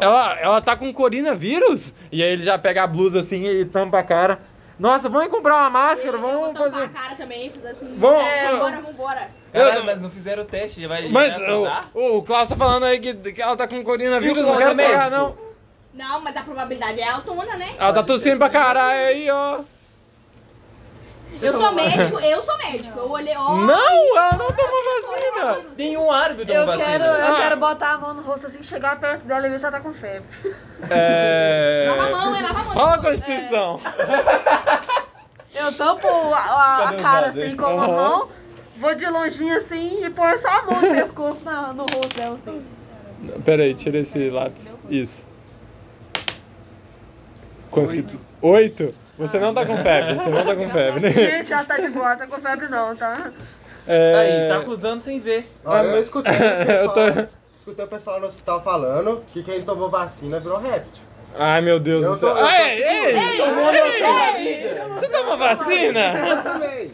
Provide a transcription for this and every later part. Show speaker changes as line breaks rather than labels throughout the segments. Ela, ela tá com coronavírus? E aí ele já pega a blusa assim e tampa a cara. Nossa, vamos comprar uma máscara, vamos
tampar
fazer.
a cara também, fazer assim.
Vamos-
é, vambora, vambora.
Caralho, mas não fizeram o teste, vai
Mas
vai atrasar?
o, o Klaus tá falando aí que, que ela tá com
E
coronavírus,
o
não quero
médico?
pegar não.
Não, mas a probabilidade é autona, né?
Ela tá
Pode
tossindo
ser.
pra caralho aí, ó.
eu sou médico, eu sou médico. Eu olhei, ó.
tá Não, ela não tomou vacina.
Tem um árbitro
Eu
tomando
quero,
vacina.
eu
Ah.
quero botar a mão no rosto assim, chegar perto dela e ver se ela tá com febre.
É...
Lava a mão, é lava a mão.
Olha a Constituição.
Eu tampo a, a- a
Cadê o
cara
Valdir?
assim com uma
Aham.
mão, vou de longinho assim e põe só a mão no pescoço, na- no rosto dela assim.
É.
Pera aí, tira esse lápis. Isso. Quantos que-
Oito.
Oito? Você não tá com febre, você não tá com febre, né?
Gente, ela tá de boa, tá com febre não, tá?
É...
Tá aí, tá acusando sem ver.
Ó,
Ah,
Ah, eu escutei
Ah,
o
Eu tô-
pessoal, escutei o pessoal no hospital falando que quem tomou vacina virou réptil.
Ai, meu Deus
Eu
do
tô-
céu.
eu tô
Ei, ei,
seguro.
tomou
Ei,
vacina.
ei.
Você tomou vacina?
Eu também.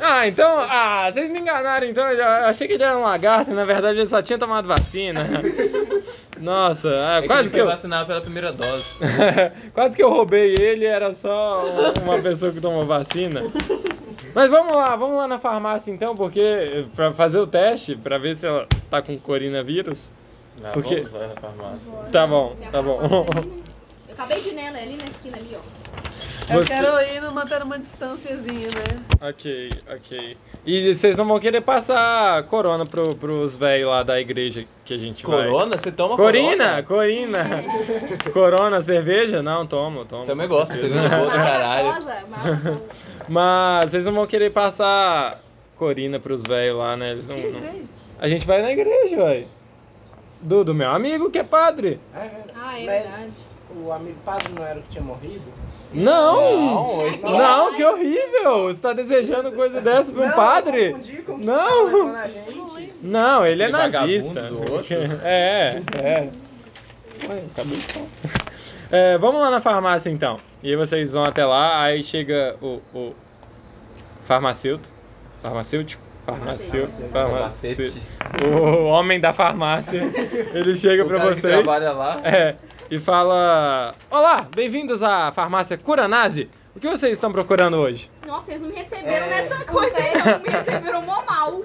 Ah, então. Ah, vocês me enganaram então. Eu já- eu achei que ele era um lagarto, na verdade ele só tinha tomado vacina. Nossa, ah,
É que
quase
ele
que eu.
foi vacinado pela primeira dose.
Quase que eu roubei ele, era só uma pessoa que tomou vacina. Mas vamos lá, vamos lá na farmácia então, porque pra fazer o teste, pra ver se ela tá com coronavírus.
Ah,
Porque-
vamos lá na farmácia.
Tá bom,
Tem a
tá bom.
farmácia É, ali, né? Eu acabei de ir nela, é ali na esquina ali, ó.
Eu
Você-
quero ir mantendo uma distânciazinha, né?
Ok, ok. E vocês não vão querer passar corona pro, pros velhos lá da igreja que a gente vai.
Corona? Você toma
Corina,
corona?
corina. corona, cerveja? Não, tomo, tomo.
Também
com
é gosto,
certeza.
cerveja boa.
Mal
Outro caralho.
gostosa, mal gostosa.
Mas vocês não vão querer passar corina pros velhos lá, né? Eles não, não- A gente vai na igreja, ué. Do, do meu amigo que é padre.
Ah, é
Mas-
verdade.
O amigo padre não era o que tinha morrido?
Não!
Não, esse-
Não, que horrível! Você tá desejando coisa dessa pra um
Não, eu
padre?
confundi com o que tá
Não.
tava
Ah,
na gente.
Não, ele é
Aquele
nazista.
vagabundo do outro.
É, é. Ué, acabei de falar. É, vamos lá na farmácia então. E aí vocês vão até lá, aí chega o, o farmacêutico. Farmacêutico? Farmacêutico. Farmacêutico.
Macete.
O homem da farmácia. Ele chega
O
pra
cara que
vocês.
trabalha lá.
É, e fala: Olá, bem-vindos à farmácia Curanase. O que vocês estão procurando hoje?
Nossa, eles não me
É.
receberam nessa coisa aí, não. Me receberam mó mal.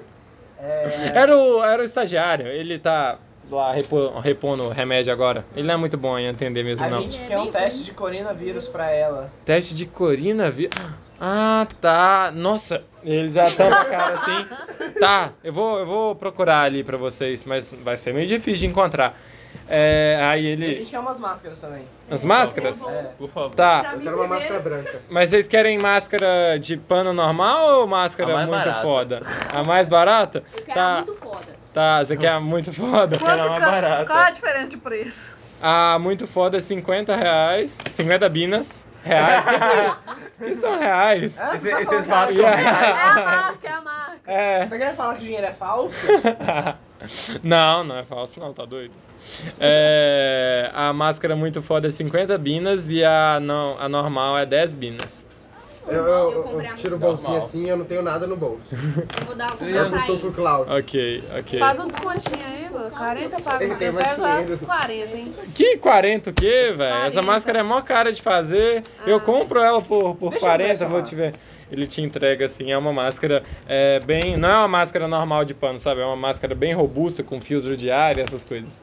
É,
É.
Era, o, era o estagiário, ele tá lá repo- repondo remédio agora. Ele não é muito bom em entender mesmo,
A
não.
gente quer um teste de coronavírus pra ela.
Teste de coronavírus. Ah, tá. Nossa, ele já tá na cara assim. Tá, eu vou, eu vou procurar ali pra vocês, mas vai ser meio difícil de encontrar. É, aí
E a
ele.
gente quer umas máscaras também.
As máscaras?
É.
Por favor.
Tá.
Ah,
Eu quero uma máscara branca.
Mas vocês querem máscara de pano normal ou máscara
A mais
muito
barata.
foda? A mais barata?
Eu quero
Tá.
muito foda.
Tá, você quer a muito foda?
Era uma
ca-
barata.
Qual a diferença de preço?
A muito foda é 50 reais, 50 binas. Reais? Que- é? que são reais?
Ah,
Esse-
você tá
esses fatos
falando que-
são reais.
É a marca, é a marca.
É.
Tá querendo falar que o dinheiro é falso?
não, não é falso não, tá doido. É, a máscara muito foda é 50 binas e a, não, a normal é 10 binas.
Eu, eu-
Eu
eu
comprei a
tiro o
minha.
bolsinho
Normal.
assim e eu não tenho nada no bolso.
Eu vou dar uma
Eu
Eu
pra
tá
não tô com o
ele.
Klaus.
Ok, ok.
Faz um descontinho aí, mano. 40 paga.
Ele tem
Eu
mais
pego lá
dinheiro.
40, hein?
Que 40 o quê, velho? Essa
40.
máscara é mó cara de fazer. Eu
Ah.
compro ela por, por
Deixa eu ver
40,
essa
vou te ver. Ele te entrega assim, é uma máscara é, bem. Não é uma máscara normal de pano, sabe? É uma máscara bem robusta, com filtro de ar e essas coisas.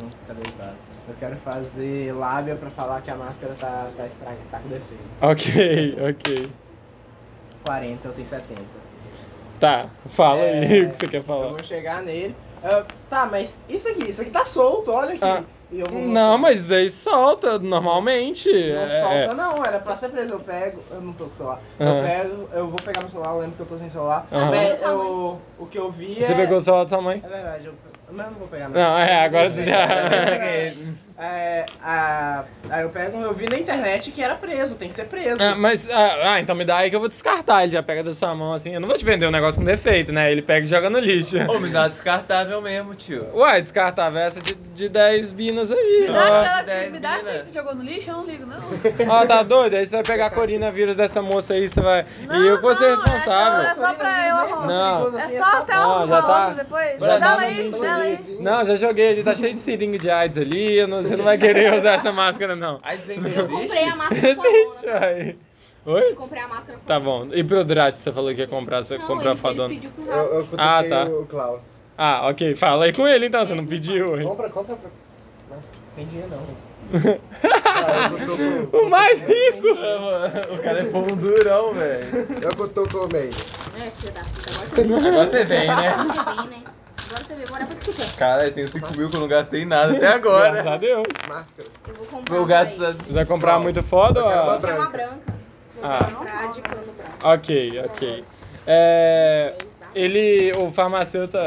Não, cadê o cara? Eu quero fazer lábia pra falar que a máscara tá, tá estragada, tá com defeito.
Ok, ok.
40, eu tenho 70.
Tá, fala
É,
aí o que você quer
Eu
falar.
vou chegar nele. Ah, tá, mas isso aqui, isso aqui tá solto, olha aqui.
Ah.
E eu vou
Não,
mostrar.
mas daí solta normalmente.
Não
é,
solta, não, era pra ser preso. Eu pego. Eu não tô com celular.
Aham.
Eu pego, eu vou pegar meu celular, eu lembro que eu tô sem celular.
Aham.
Mas eu- o que eu vi
é.
é.
Você pegou o celular da sua mãe? é,
É né? verdade, eu. Mas eu não vou pegar
Não, é, agora você já.
É, a, Aí eu pego, eu vi na internet que era preso, tem que ser preso.
Ah, mas, ah, ah, então me dá aí que eu vou descartar. Ele já pega da sua mão assim. Eu não vou te vender um negócio com defeito, né? Ele pega e joga no lixo.
Ô, me dá descartável mesmo, tio.
Uai, descartável essa de, de 10 binas aí.
Me
ó.
dá, aquela-
dez
me dá essa
mina.
que você jogou no lixo? Eu não ligo, não.
Ó, tá doido? Aí você vai pegar a coronavírus dessa moça aí, você vai. e eu vou ser
não,
responsável.
É só, é só pra
né?
eu arrumar.
Não.
assim,
É só até
Não,
um
já
outro
tá-
depois.
já
Dá
tá
ela
no
aí, dá ela aí.
Não, já joguei, ele tá cheio de seringa de AIDS ali. eu não- você não vai querer usar essa máscara, não.
Aí ainda
Eu comprei a
existe?
máscara fodona.
Deixa aí. Oi?
Eu comprei a máscara
Tá
fodona.
bom. E pro Drat, você falou que ia comprar, você
Não,
comprou a
ele- ele
fadona.
pediu pro
Eu,
Raul.
eu cutuquei
Ah, tá.
o Klaus.
Ah, ok. Fala aí com ele então, você não pediu. hein?
Compra, compra. pra-
Tem dinheiro não.
Ah, eu cutuco-
O mais rico!
O cara é pão durão, velho.
Eu cutuco o meio.
É, filha da puta. Agora você vê.
É.
Agora você vem, né?
Agora você vê, né? Agora você vê. Bora pra que você quer.
Cara, eu tenho 5 mil que eu não gastei nada até agora.
Graças a Deus.
Máscara.
Eu vou comprar.
Meu
uma pra
é
gasto
ele.
Você vai comprar muito foda ou
Eu
a-
vou comprar uma branca. Vou
tá Ah.
comprar uma de pano branco. tá?
Ok, ok. É, ele, o farmacêutico,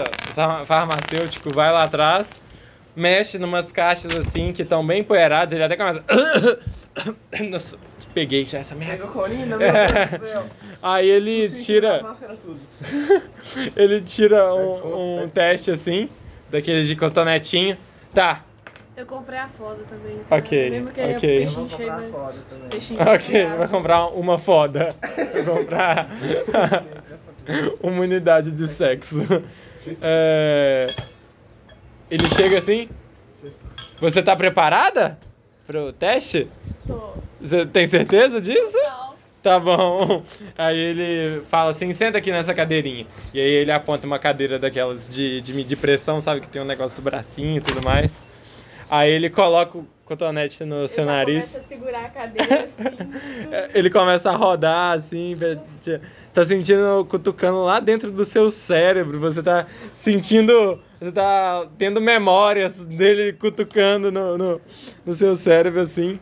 farmacêutico vai lá atrás, mexe numas caixas assim que estão bem poeiradas, ele até começa. Nossa, peguei já essa merda.
Pega o corina, meu Deus do céu.
Aí ele
Sim,
tira,
máscara tudo.
ele tira
Desculpa.
um, um teste assim, daquele de cotonetinho. Tá,
Eu comprei a foda também.
Ok,
Mesmo que aí é
ok.
Eu
peixinho
vou
cheio,
comprar
mas-
foda
tá
também.
peixinho
ok,
cheio.
vai comprar uma foda. Vai comprar uma unidade de sexo. É, ele chega assim. Você tá preparada pro teste?
Tô.
Você tem certeza disso?
Não.
Tá bom. Aí ele fala assim, senta aqui nessa cadeirinha. E aí ele aponta uma cadeira daquelas de, de medir pressão, sabe? Que tem um negócio do bracinho e tudo mais. Aí ele coloca o cotonete no seu
eu já
nariz.
começo a segurar a cadeira assim.
É, Ele começa a rodar assim, pra te- tá sentindo cutucando lá dentro do seu cérebro. Você tá sentindo, você tá tendo memórias dele cutucando no, no, no seu cérebro assim.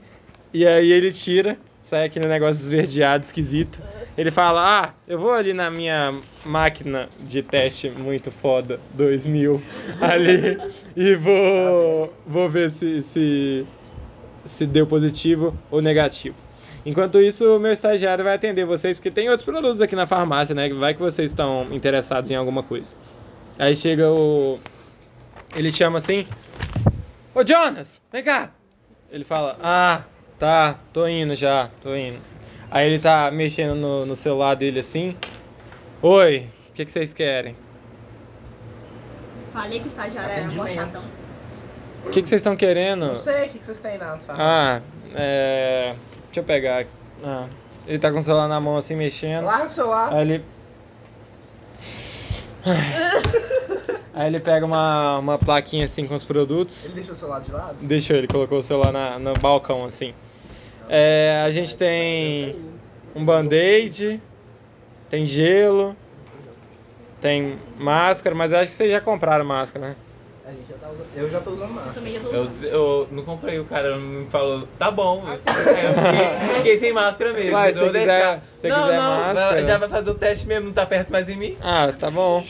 E aí ele tira, sai aquele negócio esverdeado, esquisito. Ele fala: Ah, eu vou ali na minha máquina de teste muito foda 2000 ali e vou, vou ver se, se, se deu positivo ou negativo. Enquanto isso, o meu estagiário vai atender vocês, porque tem outros produtos aqui na farmácia, né? Vai que vocês estão interessados em alguma coisa. Aí chega o. Ele chama assim: Ô Jonas, vem cá! Ele fala: Ah, tá, tô indo já, tô indo. Aí ele tá mexendo no, no celular dele assim: Oi, o que, que vocês querem?
Falei que o estagiário era um
Atendimento.
bochatão.
O que, que vocês estão querendo?
Não sei o que que vocês têm tá? na sala.
Ah, é. Deixa eu pegar. Ah, ele tá com o celular na mão assim mexendo.
Larga o celular.
Aí ele. Aí ele pega uma, uma plaquinha assim com os produtos.
Ele deixou o celular de lado?
Deixou, ele colocou o celular na, no balcão assim. É, a gente tem um band-aid, tem gelo, tem máscara, mas eu acho que vocês já compraram máscara, né?
A gente já tá usando. Eu já tô usando
Eu
máscara.
também já tô
Eu,
usando.
eu não comprei, o cara me falou, tá bom.
Ah,
Aí eu fiquei, fiquei sem máscara mesmo.
Uai,
eu
se
vou
quiser-
deixar.
se
não,
quiser
não,
máscara.
já vai fazer o teste mesmo, não tá perto mais de mim.
Ah, tá bom.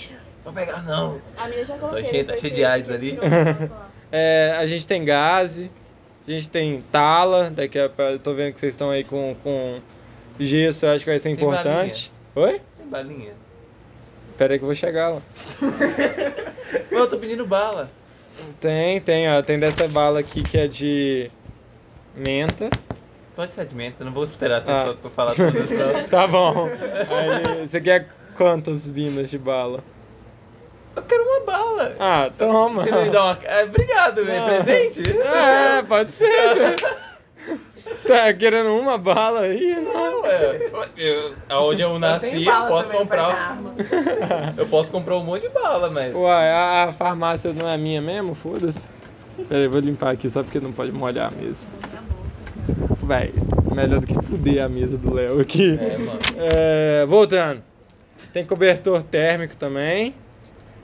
Vou pegar não.
A minha eu já coloquei.
cheio- tá
depois
cheio
que-
de AIDS
que
ali.
tirou o negócio lá.
É, a gente tem gás, a gente tem tala, daqui a eu tô vendo que vocês estão aí com, com gesso, eu acho que vai ser
Tem balinha.
importante. Oi?
Tem balinha.
Pera aí que eu vou chegar lá.
Mas eu tô pedindo bala.
Tem, tem, ó. Tem dessa bala aqui que é de menta.
Pode ser de menta, não vou esperar você
Ah.
ah. pra falar tudo. não.
Tá bom. Aí, você quer quantas binas de bala?
Eu quero uma bala.
Ah, toma.
Você não me dá uma. Ah, obrigado,
Não.
é presente?
É, pode ser. tá querendo uma bala aí? Não.
Não, é. Eu, aonde eu nasci, eu,
bala
posso
também pra
comprar.
arma.
Eu posso comprar um monte de bala, mas.
Uai, a, a farmácia não é minha mesmo? Foda-se. Peraí, vou limpar aqui só porque não pode molhar a mesa. Véi, melhor do que fuder a mesa do Léo aqui.
É, mano.
É, voltando. Tem cobertor térmico também.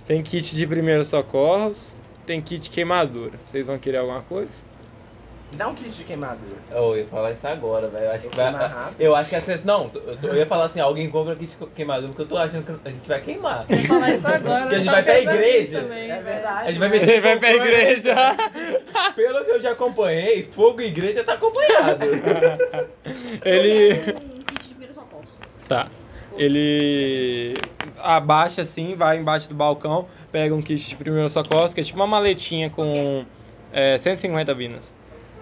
Tem kit de primeiros socorros. Tem kit queimadura. Vocês vão querer alguma coisa? Ah.
Dá um kit de queimadura.
Eu ia falar isso agora, velho. Eu acho
Eu
que
vou
vai.
mais rápido.
Eu acho que essas. Não, eu, tô- eu ia falar assim, alguém compra kit queimadura, porque eu tô achando que a gente vai queimar.
Eu ia falar isso agora.
Porque a gente
eu
vai pra
tava pensando nisso
igreja.
também, né?
É
velho.
verdade.
A gente vai
né?
mexer
Ele vai pra igreja.
Pelo que eu já acompanhei, fogo e igreja tá acompanhado.
Ele.
Um kit de primeiro socorro.
Tá. Ele abaixa assim, vai embaixo do balcão, pega um kit de primeiro socorro, que é tipo uma maletinha com é, 150 vinas.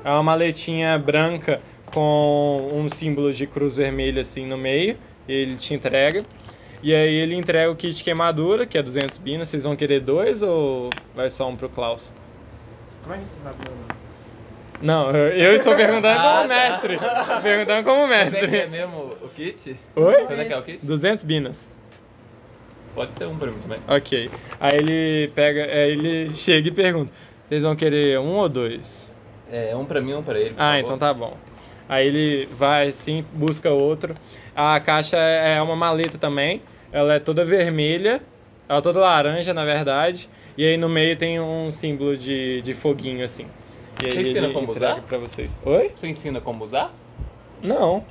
É uma maletinha branca com um símbolo de cruz vermelha assim no meio, e ele te entrega. E aí ele entrega o kit de queimadura, que é 200 binas. Vocês vão querer dois ou vai só um pro Klaus?
Como é que você tá falando?
Não, eu, eu estou perguntando
Ah,
como
tá.
mestre. Perguntando como
Você é que é
mestre.
mesmo o kit?
Oi?
Será que é o kit?
200 binas.
Pode ser um pra mim também.
Ok. Aí ele pega, aí ele chega e pergunta: Vocês vão querer um ou dois?
É, um pra mim, um pra ele. por
Ah,
favor.
então tá bom. Aí ele vai assim, busca outro. A caixa é uma maleta também. Ela é toda vermelha. Ela é toda laranja, na verdade. E aí no meio tem um símbolo de, de foguinho, assim. E aí
Você ensina
ele
como
entrega
usar?
pra vocês. Oi?
Você ensina como usar?
Não.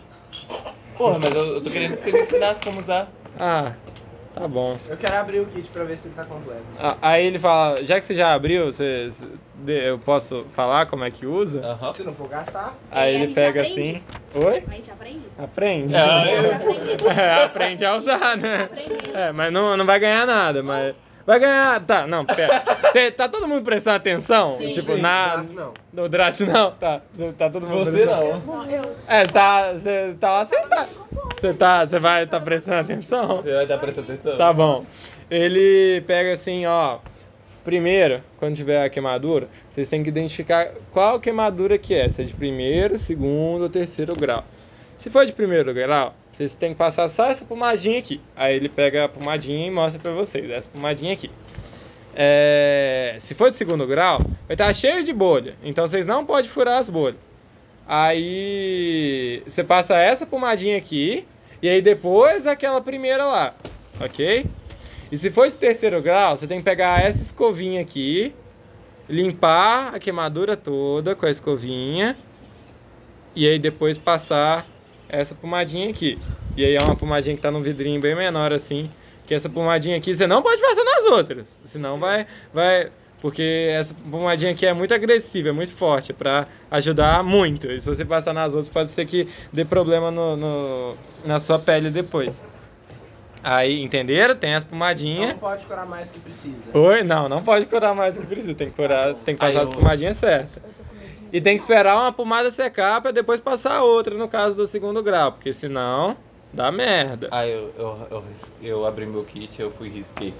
Porra, mas eu, eu tô querendo que você me ensinasse como usar.
Ah, tá bom.
Eu quero abrir o kit pra ver se ele tá completo.
A- Aí ele fala, já que você já abriu, você, você- eu posso falar como é que usa?
Aham.
Se não for gastar,
Aí
É, a
ele
gente
pega
aprende.
assim. Oi?
A gente aprende.
Aprende.
Dá
Ah,
pra
eu-
aprender.
É, aprende a usar, né?
Aprender.
É, mas não, não vai ganhar nada, mas. Vai ganhar. Tá, não, pera. Cê, tá todo mundo prestando atenção?
Sim.
tipo,
Sim, Tá.
na.
Não, não.
No draft não? Tá. Cê, tá todo mundo
Você
prestando-
não.
Não, eu.
É, tá. Você tá lá sentado. Você tá. Você vai tá prestando atenção?
Você vai estar prestando atenção?
Tá bom. Ele pega assim, ó. Primeiro, quando tiver a queimadura, vocês têm que identificar qual queimadura que é. Se é de primeiro, segundo ou terceiro grau. Se for de primeiro grau, vocês têm que passar só essa pomadinha aqui. Aí ele pega a pomadinha e mostra pra vocês. Essa pomadinha aqui. É, se for de segundo grau, vai estar cheio de bolha. Então vocês não podem furar as bolhas. Aí você passa essa pomadinha aqui. E aí depois aquela primeira lá. Ok? E se for de terceiro grau, você tem que pegar essa escovinha aqui, limpar a queimadura toda com a escovinha, e aí depois passar essa pomadinha aqui. E aí é uma pomadinha que tá num vidrinho bem menor assim, que essa pomadinha aqui você não pode passar nas outras, senão vai vai porque essa pomadinha aqui é muito agressiva, é muito forte, é pra ajudar muito. E se você passar nas outras, pode ser que dê problema no, no- na sua pele depois. Aí, entenderam? Tem as pomadinhas.
não pode curar mais que precisa.
Oi? Não, não pode curar mais do que precisa. Tem que curar, tem que passar
Aí
as
eu-
pomadinhas certas.
Eu tô com medo de-
E tem que esperar uma pomada secar pra depois passar outra no caso do segundo grau, porque senão dá merda.
Ah, eu, eu, eu, ris- eu abri meu kit, eu fui e risquei.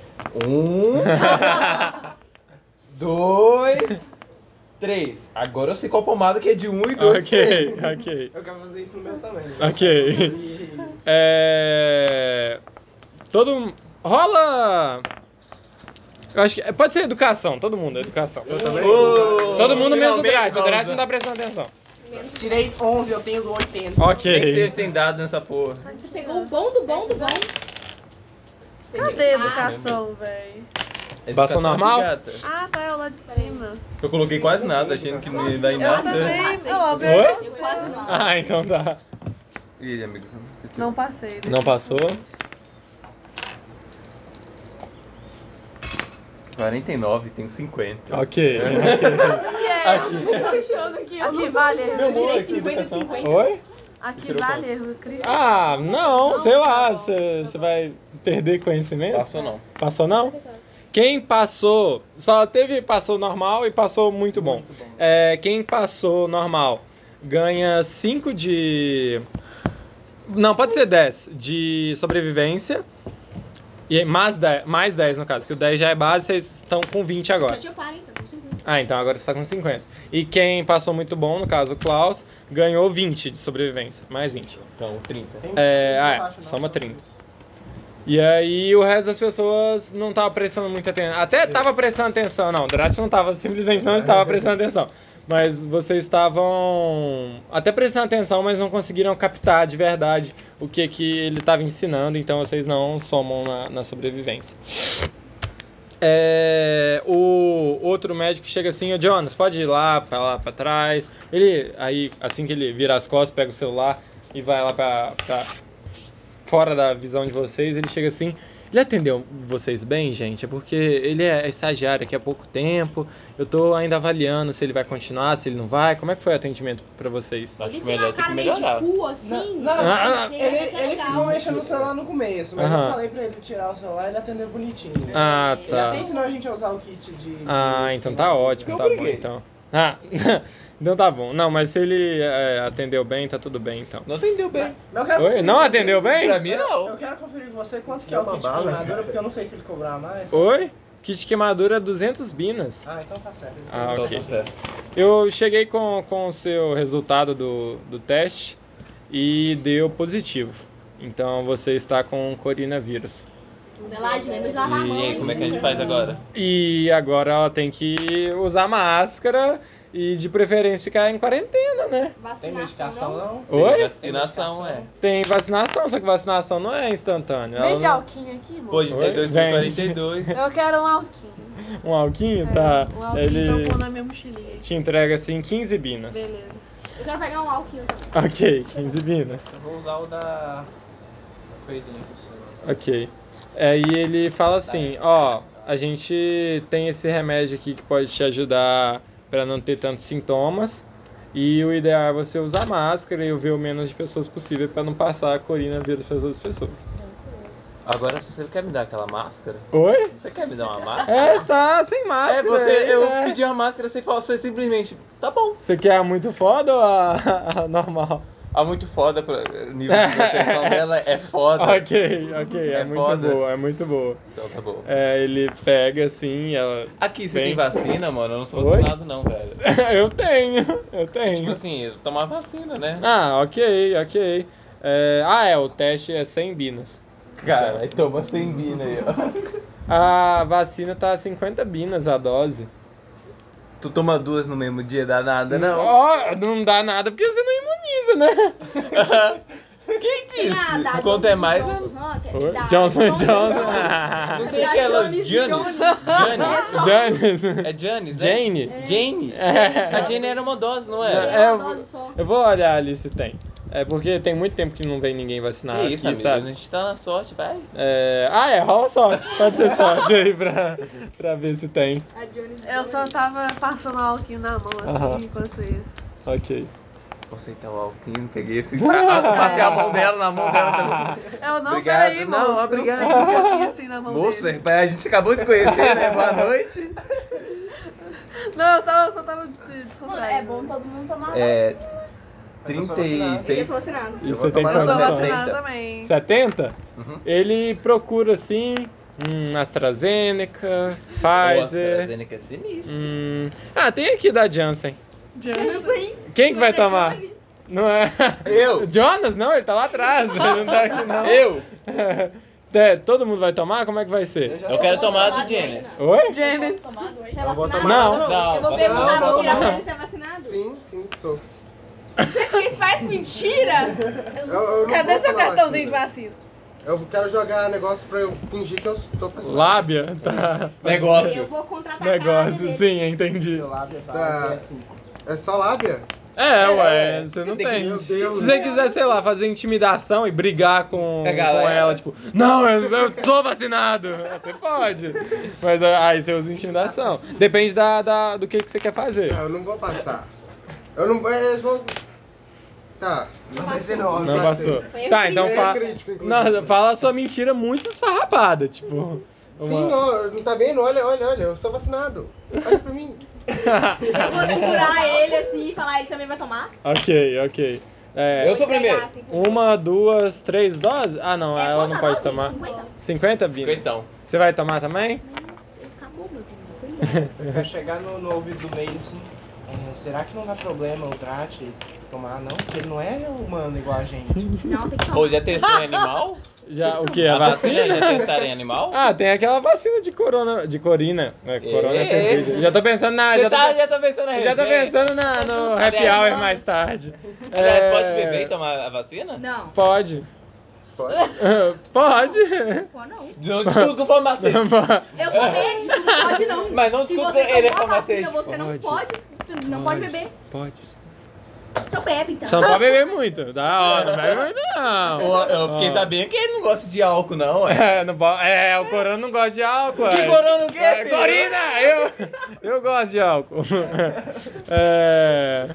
Um. dois. Três. Agora eu sei qual pomada que é de um e dois. três.
ok, ok,
Eu quero fazer isso no meu também. né?
ok.
E-
É. Todo. mu- Rola! Eu acho que. Pode ser educação, todo mundo, é educação.
Eu também.
Ô,
Todo mundo menos o
finalmente,
Drat, o Drat
Rosa.
não tá prestando atenção.
Tirei 11, eu tenho 80.
Nem que você
Ok.
tem dado nessa porra.
Você pegou o bom do bom do bom.
Cadê a educação, véi?
Passou
Educação
normal?
de gata.
Ah, tá, é o lá de cima.
Eu coloquei quase nada, achando que não ia dar em né?
Eu
nada.
também. Eu abri
Oi?
a
Eu quase
educação.
não.
Ah, então tá.
Ih, amigo, você tá? tem-
Não passei. né?
Não passou?
49, tenho 50.
Ok.
é? Aqui vale erro.
Eu tirei 50 de 50.
Oi?
Aqui vale erro. crítico.
Ah, não,
Não,
sei
tá
lá,
bom,
você vai perder conhecimento?
Passou não.
Passou não? Quem passou, só teve passou normal e passou muito bom. É, quem passou normal ganha 5 de. Não, pode ser 10 de sobrevivência. E mais 10, mais 10 no caso, que o 10 já é base, vocês estão com 20 agora.
Eu tinha 40, com 50.
Ah, então agora você tá com 50. E quem passou muito bom, no caso o Klaus, ganhou 20 de sobrevivência, mais 20.
Então, 30.
Tem-
É, ah, é,
acho, não.
soma 30. E aí o resto das pessoas não tava prestando muita atenção. Até tava prestando atenção, não. Drat não tava, simplesmente não estava prestando atenção. Mas vocês estavam até prestando atenção, mas não conseguiram captar de verdade o que, que ele estava ensinando, então vocês não somam na, na sobrevivência. É, o outro médico chega assim, ô Jonas, pode ir lá, pra lá, pra trás. Ele, aí, assim que ele vira as costas, pega o celular e vai lá pra, pra- fora da visão de vocês, ele chega assim Ele atendeu vocês bem, gente? É porque ele é estagiário aqui há pouco tempo. Eu tô ainda avaliando se ele vai continuar, se ele não vai. Como é que foi o atendimento pra vocês?
Acho que
tem
melhor
uma
tem que
cara meio
melhorar.
de cu, assim.
Não,
não,
mas
ele-
Ele,
até que é
ele
legal.
ficou mexendo no celular no começo, mas
Aham.
eu falei pra ele tirar o celular e ele atendeu bonitinho. Né?
Ah,
Ele
tá.
até ensinou a gente a usar o kit de. de-
Ah, então tá ótimo,
Eu
tá bom
briguei.
então. Ah, então tá bom. Não, mas se ele é, atendeu bem, tá tudo bem então.
Não atendeu bem.
Mas eu quero
Oi,
conferir
não
com você-
atendeu bem?
Pra mim, não.
Eu quero conferir com você quanto que
É
é o
uma
kit
bala,
de queimadura,
cara.
porque eu não sei se ele cobrar mais.
Oi? Kit queimadura 200 binas.
Ah, então tá certo.
Ah,
Então
ok.
tá certo.
Eu cheguei com, com o seu resultado do, do teste e deu positivo. Então você está com coronavírus.
Melade, lembra de lavar a mão.
E aí,
hein?
como é que a gente faz agora?
E agora ela tem que usar máscara e de preferência ficar em quarentena, né?
Tem
Vacinação,
medicação
não?
não?
Oi?
Tem Vacinação, é.
Tem vacinação, só que vacinação não é instantânea. Ela
Vem de
não-
alquinho aqui, moço.
Pode
Oi?
ser 2042.
Eu quero um alquinho.
Um alquinho, tá?
Um alquinho
Ele
pra eu pôr na minha mochilinha.
te entrega assim 15 binas.
Beleza.
Eu quero pegar um alquinho também.
Ok, 15 binas.
Eu vou usar o da. da coisinha que eu sou.
Ok. Aí ele fala assim, ó, a gente tem esse remédio aqui que pode te ajudar pra não ter tantos sintomas. E o ideal é você usar máscara e ver o menos de pessoas possível pra não passar a coronavírus para outras pessoas.
Agora, se você quer me dar aquela máscara?
Oi?
Você quer me dar uma máscara?
É, está sem máscara.
É, você, eu
eita.
pedi uma máscara, você falou, você simplesmente, tá bom.
Você quer a muito foda ou a, a normal?
A muito foda, pra, eh, nível de proteção dela é foda.
Ok, ok, é,
É
muito
foda.
boa, é muito boa.
Então tá bom.
É, ele pega assim, ela.
Aqui, você
Bem.
tem vacina, mano? Eu não sou
Oi?
vacinado não, velho.
eu tenho, eu
Tipo
tenho.
assim, eu tomar vacina, né?
Ah, ok, ok. É, ah, é, o teste é 100 binas.
Cara, aí toma sem bina aí, ó.
A vacina tá 50 binas a dose.
Tu toma duas no mesmo dia, dá nada, não.
Ó, não dá nada porque você não imuniza, né?
Quem
Tem a
disse?
da
Quanto
Johnson
é mais,
Johnson, não, que-
Oi?
da-
Johnson
não
Johnson.
tem
Da
aquela
Johnny's
Janice. Janice.
Jane.
É Janice, né?
Jane.
Jane?
É.
A Jane era uma dose, não
Tem
Não,
era?
é,
uma dose só.
Eu vou olhar ali se tem. É porque tem muito tempo que não vem ninguém vacinar
Que isso,
aqui,
amigo.
sabe?
A gente tá na sorte, vai.
É, Ah, é, rola sorte. Pode ser sorte aí pra, pra ver se tem.
A Johnny's
Eu só tava passando o alquinho na mão, assim,
Aham.
enquanto isso.
Ok.
Conceitar o Alquim, peguei esse. Ah, eu passei a mão dela na mão dela também.
Eu não,
Obrigado.
peraí, moço.
Não, obrigado.
Eu fiquei alquinho assim na mão
Moço, é,
dele.
a gente acabou de se conhecer, né? Boa noite.
Não, eu só, eu só tava des-
Mano,
descontraída.
é bom todo mundo tomar
É.
Eu
36.
sou vacinado.
E
Eu
você
vou
tem
tomar
Eu sou
Não, não,
quantos?
vacina.
vacinada
não.
também.
70?
Uhum.
Ele procura assim, hum, AstraZeneca,
Nossa,
Pfizer.
é sinistro.
hum, ah, tem aqui da Janssen.
Johnson.
Quem que vai tomar? Não é?
Eu?
Jonas? Não, ele tá lá atrás. ele não tá aqui, não.
Eu?
É, todo mundo vai tomar? Como é que vai ser?
Eu quero tomar a do Jenner.
Jenner.
Oi?
James.
Você é
Eu vou
vacinado?
tomar
Não,
nada,
não.
Eu vou
Não,
perguntar,
não,
vou virar
não.
pra ele se é vacinado.
Sim, sim, sou.
Isso parece mentira.
Eu- eu não
Cadê
vou
seu
falar
cartãozinho de
vacina.
vacina?
Eu quero jogar negócio pra eu fingir que eu tô pessoal.
Lábia? Tá.
Eu vou contratar
Negócio, sim, entendi.
Seu lábio é pra-
Tá.
é assim.
É só lábia?
É, ué, você não
Tem que-
tem.
Meu Deus.
Se você quiser, sei lá, fazer intimidação e brigar com,
A galera.
com ela, tipo, não, eu, eu sou vacinado. Você pode. Mas ah, aí você usa intimidação. Depende da, da- do que, que você quer fazer.
Não, eu não vou passar. Eu não. Eles vão. Tá.
Não vai ser não.
Não passou.
Foi
Tá, então
Ele é
fala.
crítico, inclusive.
Não, fala a sua mentira muito esfarrapada, tipo.
Sim, não, não tá vendo? Olha, olha, olha, eu sou vacinado. Olha pra mim.
Eu vou segurar ele assim e falar, ele também vai tomar. assim.
Ok, ok. É,
Eu sou o primeiro.
uma, duas, três doses? Ah, não,
É,
ela
quanto
não
a
pode
dose?
tomar.
50?
50, Bino?
Então.
Você vai tomar também?
Acabou, meu dinheiro. Foi
Vai chegar no, no ouvido do meio assim. é, será que não dá problema o Drat tomar, não? Porque ele não é humano igual a gente.
lindo. Não, tem que tomar.
Ou já testou em animal?
Já, o que? A
já
vacina?
testaram em animal?
Ah, tem aquela vacina de corona, de corina, né? Corona é
É.
cerveja. Já tô pensando na, já
Você
tô,
tá,
pe-
já tá pensando aí.
já tô pensando na, no happy
Aliás,
hour
não.
mais tarde.
Aliás,
É,
pode beber então. e tomar a vacina?
Não.
Pode.
Pode?
Pode.
Pô, não.
Não discuto com o farmacêutico.
Eu sou médico, não pode não.
Mas não
Se
discuta
você
ele é
tomou a vacina,
farmacêutico.
você não pode, não pode beber.
Pode.
Então bebe, então.
Só não pode beber muito, tá? Ó, não bebe muito, não.
Eu, eu fiquei
Ó.
sabendo que ele não gosta de álcool, não, ué.
É, não pode- é, o Corona não gosta de álcool.
Que
é.
corona o quê,
É,
filho?
Corina! Eu, eu gosto de álcool. É,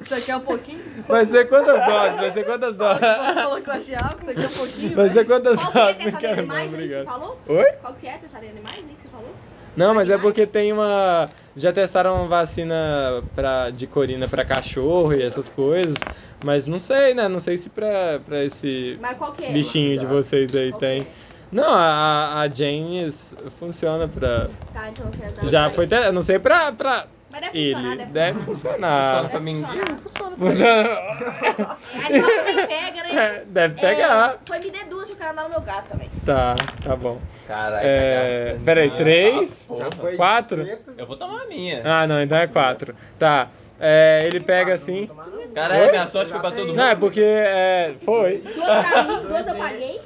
Você quer um pouquinho?
vai ser quantas doses? Vai ser quantas doses?
Colocou a Giago, você quer um pouquinho?
Vai ser quantas
Qual que é
doses? Não
dessa
quero não,
animais aí que você
obrigado.
falou?
Oi?
Qual que é dessa animais aí que você falou?
Não, mas é
Animais?
porque tem uma... Já testaram vacina pra, de Corina pra cachorro e essas coisas, mas não sei, né? Não sei se pra, pra esse
Mas qual que é?
bichinho de vocês aí
Qual que
tem.
é?
Não, a, a- a Janice funciona pra...
Tá, então eu quero dar
Já
pra
foi...
ele.
te- Não sei pra... pra
Mas deve funcionar,
ele. Deve funcionar.
Funciona pra mim.
funcionar.
Funciona.
Aí não nem pega, né?
É, Deve pegar.
É, foi me dê duas que eu quero dar no meu gato também.
Tá, tá bom.
Caralho,
É,
cagaste.
peraí,
Ah,
três?
porra.
foi
Quatro?
300.
Eu vou tomar a minha.
Ah, não, então é quatro. Tá. É, ele pega assim.
Caralho,
Oi?
é, minha sorte foi pra todo mundo.
Não, é porque. é, foi.
Duas pra mim, duas eu paguei.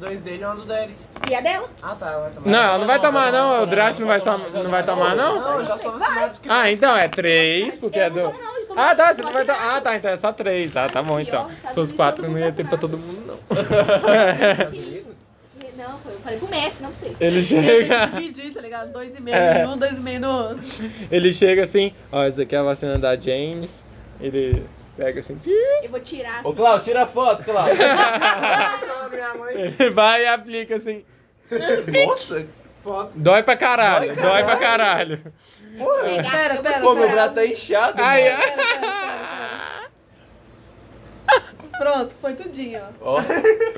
Dois dele e uma do Derek.
E a dela?
Ah, tá. Vai tomar.
Não, ela não vai tomar, não. O Drácio não vai, som- não vai tomar, não?
Não, eu já sou vacinado de criança.
Ah, então é três, porque é
eu
do.
não tomo, não, eu tomo
Ah, tá,
duas
você não vai tomar. Ah,
vacinadas.
tá, então é só três. Ah, tá bom, então. Se fosse quatro, não ia ter pra todo mundo, não.
Não, foi- eu falei pro Messi, não pra você.
Ele
Tem
chega.
que dividir, tá ligado? Dois e meio
É.
em um, dois e meio no outro.
Ele chega assim, ó, essa daqui é a vacina da James. Ele pega assim, pi,
Eu vou tirar
Ô,
assim.
Klaus, tira a foto, Klaus.
ele vai e aplica assim.
Nossa, foda.
Dói pra caralho, dói pra caralho.
Chegar,
Pera,
eu vou
pera,
Pô, meu
segurar.
braço tá inchado,
Ai,
mano.
ai.
Pronto, foi tudinho, ó.
Ó,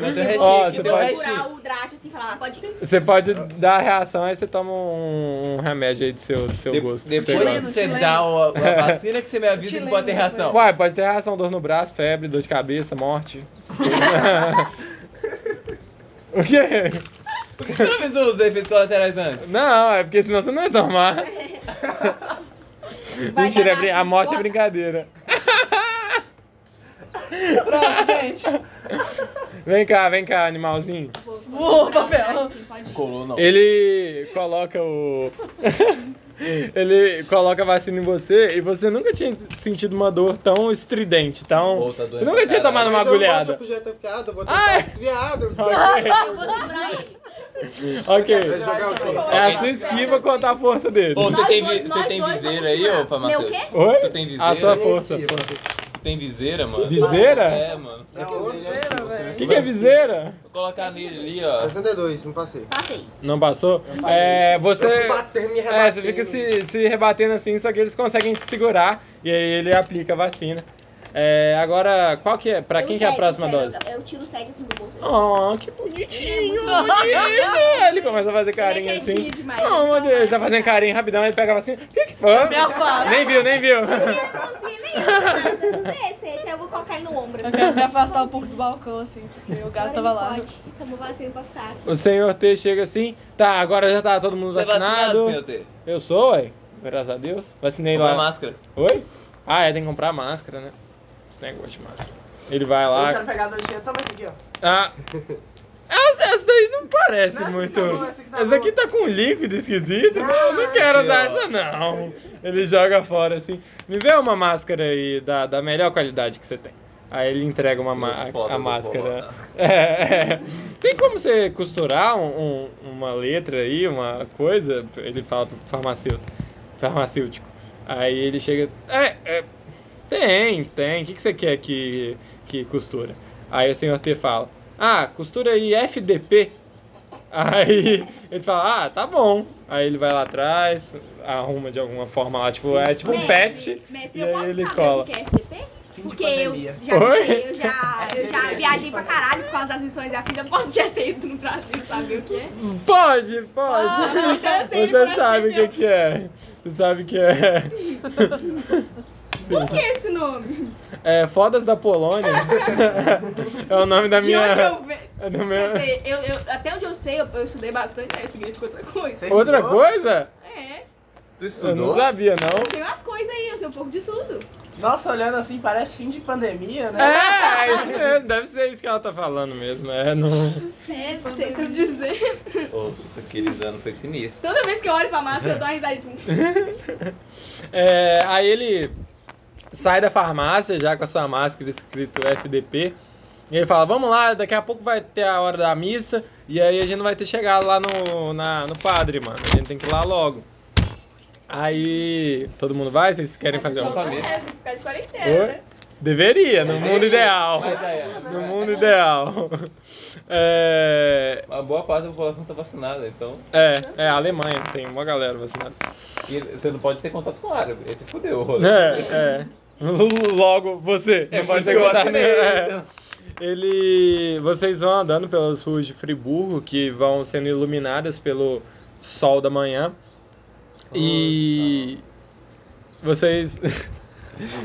mas deu
Ó,
restinho
você
aqui,
Eu
deu
vou
pode-
segurar
restinho.
o Drat assim e falar, ah, pode ir.
Você pode dar a reação, aí você toma um, um remédio aí do seu, do seu
De-
gosto. do seu
Depois
Chileno,
gosto.
que você
chileno.
dá o- a vacina que você me avisa que
Chileno,
pode ter reação.
Uai, pode ter reação, dor no braço, febre, dor de cabeça, morte. essas coisas. o quê?
Por que você não avisou os efeitos colaterais antes?
Não, é porque senão você não ia tomar.
Vai
Mentira, é
dar
brin- a
nada.
morte é
Bota.
brincadeira.
Pronto, gente.
Vem cá, vem cá, animalzinho.
Vou- vou
Uou,
segurar o
papel.
Drat, assim, pode ir.
Colou não.
Ele coloca o. Ele coloca a vacina em você e você nunca tinha sentido uma dor tão estridente, tão.
Ô, tá doendo
Você nunca
pra
tinha tomado
caralho.
uma
Mas eu
agulhada.
vou de objeto fiado, eu vou
Ai.
tentar desviado.
Eu vou segurar ele.
Ok. É a
Alguém-
sua esquiva contra a força dele.
Ô, você
Nós
tem,
dois-
vi-
nós
você tem
dois
viseira
vamos
aí,
segurar.
ô, Farmacêutico?
Meu quê?
Oi?
Tu tem viseira?
A sua força.
Sim,
força.
Tu tem viseira, mano?
Viseira?
É, mano.
Não,
viseira, velho.
O que, que é viseira?
Vou colocar nele ali, ó.
tá
62, não passei.
Passei.
Não passou? É, você.
Eu fui batendo, me
É, você
rebatendo.
fica se, se rebatendo assim, só que eles conseguem te segurar e aí ele aplica a vacina. É, agora, qual que é? Pra
Eu
quem que é a
sete,
próxima
sete,
dose?
Eu tiro sete assim do bolso.
Oh, que bonitinho, bonitinho. Ele começa a fazer carinho
é Ele é quietinho
assim.
demais,
Oh,
ele só
meu Deus, ele tá
vai-
fazendo carinho rapidão, ele pega a vacina. pique, ó.
Me afasta.
Nem viu, nem viu.
Eu não consigo nem nada. Desse, eu vou colocar ele no ombro.
Eu
assim.
quero me afastar um pouco do balcão, assim, porque o gato
Agora
tava
ele
lá.
pode. Então, Tomou vacina pra ficar.
O senhor T chega assim. Tá, agora já tá todo mundo
Você é vacinado,
vacinado.
senhor T?
Eu sou, ué. Graças a Deus. Vacinei
Comprar
lá.
máscara.
Oi? Ah, é, tem que comprar máscara, né? Esse negócio de máscara. Ele vai
Eu
lá.
quero pegar a dois Toma esse aqui, ó.
Ah. Essa, essa daí não parece
Não, essa
muito.
aqui tá boa, essa aqui tá
essa
boa. Ah,
aqui tá com um líquido esquisito. Não, não quero usar essa, não. Ele joga fora assim. Me vê uma máscara aí da, da melhor qualidade que você tem. Aí ele entrega uma ma-
Duas fotos
a
do
máscara.
Bolsonaro.
É, é. Tem como você costurar um- um- uma letra aí, uma coisa? Ele fala pro farmacêutico. farmacêutico. Aí ele chega. É, é, tem, tem. O que, que você quer que, que costura? Aí o senhor T fala: Ah, costura aí FDP. Aí ele fala: Ah, tá bom. Aí ele vai lá atrás, arruma de alguma forma lá, tipo, é tipo um pet.
Mestre,
e
eu
aí
posso
ele
saber
cola.
o que é FDP?
Fim de
Porque eu
pandemia.
já,
Oi?
viajei, eu, já, eu já viajei pra caralho por causa das missões da filha. Pode já ter ido no Brasil saber o que é.
Pode, pode.
Ah, eu sei,
Você
parece
sabe o que,
meu.
que é. Você sabe o que é.
Por que esse nome?
É Fodas da Polônia. é o nome da
De
minha.
onde eu vejo.
é do meu-
Quer dizer, eu, eu- até onde eu sei, eu, eu estudei bastante, aí significa outra coisa.
Sei.
Outra coisa?
É,
Tu
Eu não
estudou?
sabia, não.
tem umas coisas aí, eu sei um pouco de tudo.
Nossa, olhando assim, parece fim de pandemia, né?
É, é isso mesmo. Deve ser isso que ela tá falando mesmo. É, não.
É, não sei se eu dizer.
Nossa, aqueles anos foi sinistro.
tipo,
Então,
Toda vez que eu olho pra máscara, eu dou uma risadinha.
É, aí ele sai da farmácia já com a sua máscara escrito FDP. E ele fala, vamos lá, daqui a pouco vai ter a hora da missa, e aí a gente não vai ter chegado lá no, na- no padre, mano. A gente tem que ir lá logo. Aí, todo mundo vai? Vocês querem fazer
Não,
um?
não é, tem que Ficar de quarentena,
Oi?
né?
Deveria, no mundo ideal.
Mas, é,
No mundo ideal. É,
Uma boa parte da população tá vacinada, então.
é, é a Alemanha, tem uma galera vacinada.
E você não pode ter contato com o árabe. Esse fudeu o rolê.
É, é. Logo, você.
É,
não pode ter
eu
contato.
assinei,
É.
então.
Ele. Vocês vão andando pelas ruas de Friburgo, que vão sendo iluminadas pelo sol da manhã. E. Vocês.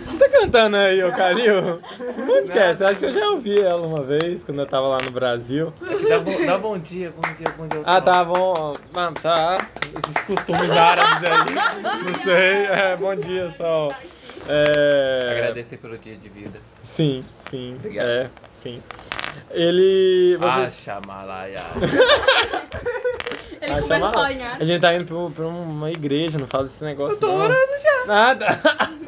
Você tá cantando aí, ô Calil? Não esquece, acho que eu já ouvi ela uma vez quando eu tava lá no Brasil.
É Dá bom, dá bom dia, bom dia, bom dia. ao
Ah,
sol.
tá, bom. Ah, tá. Esses costumes árabes aí. Não sei. É, bom dia, sol. É...
Agradecer pelo dia de vida.
Sim, sim.
Obrigado. Ah,
É, sim. Ele. Vocês...
Acha malaya.
Ele
Ah,
comendo
chama-
rolinha.
A gente tá indo pro- pra uma igreja, não faz esse negócio. Eu tô orando já. Nada.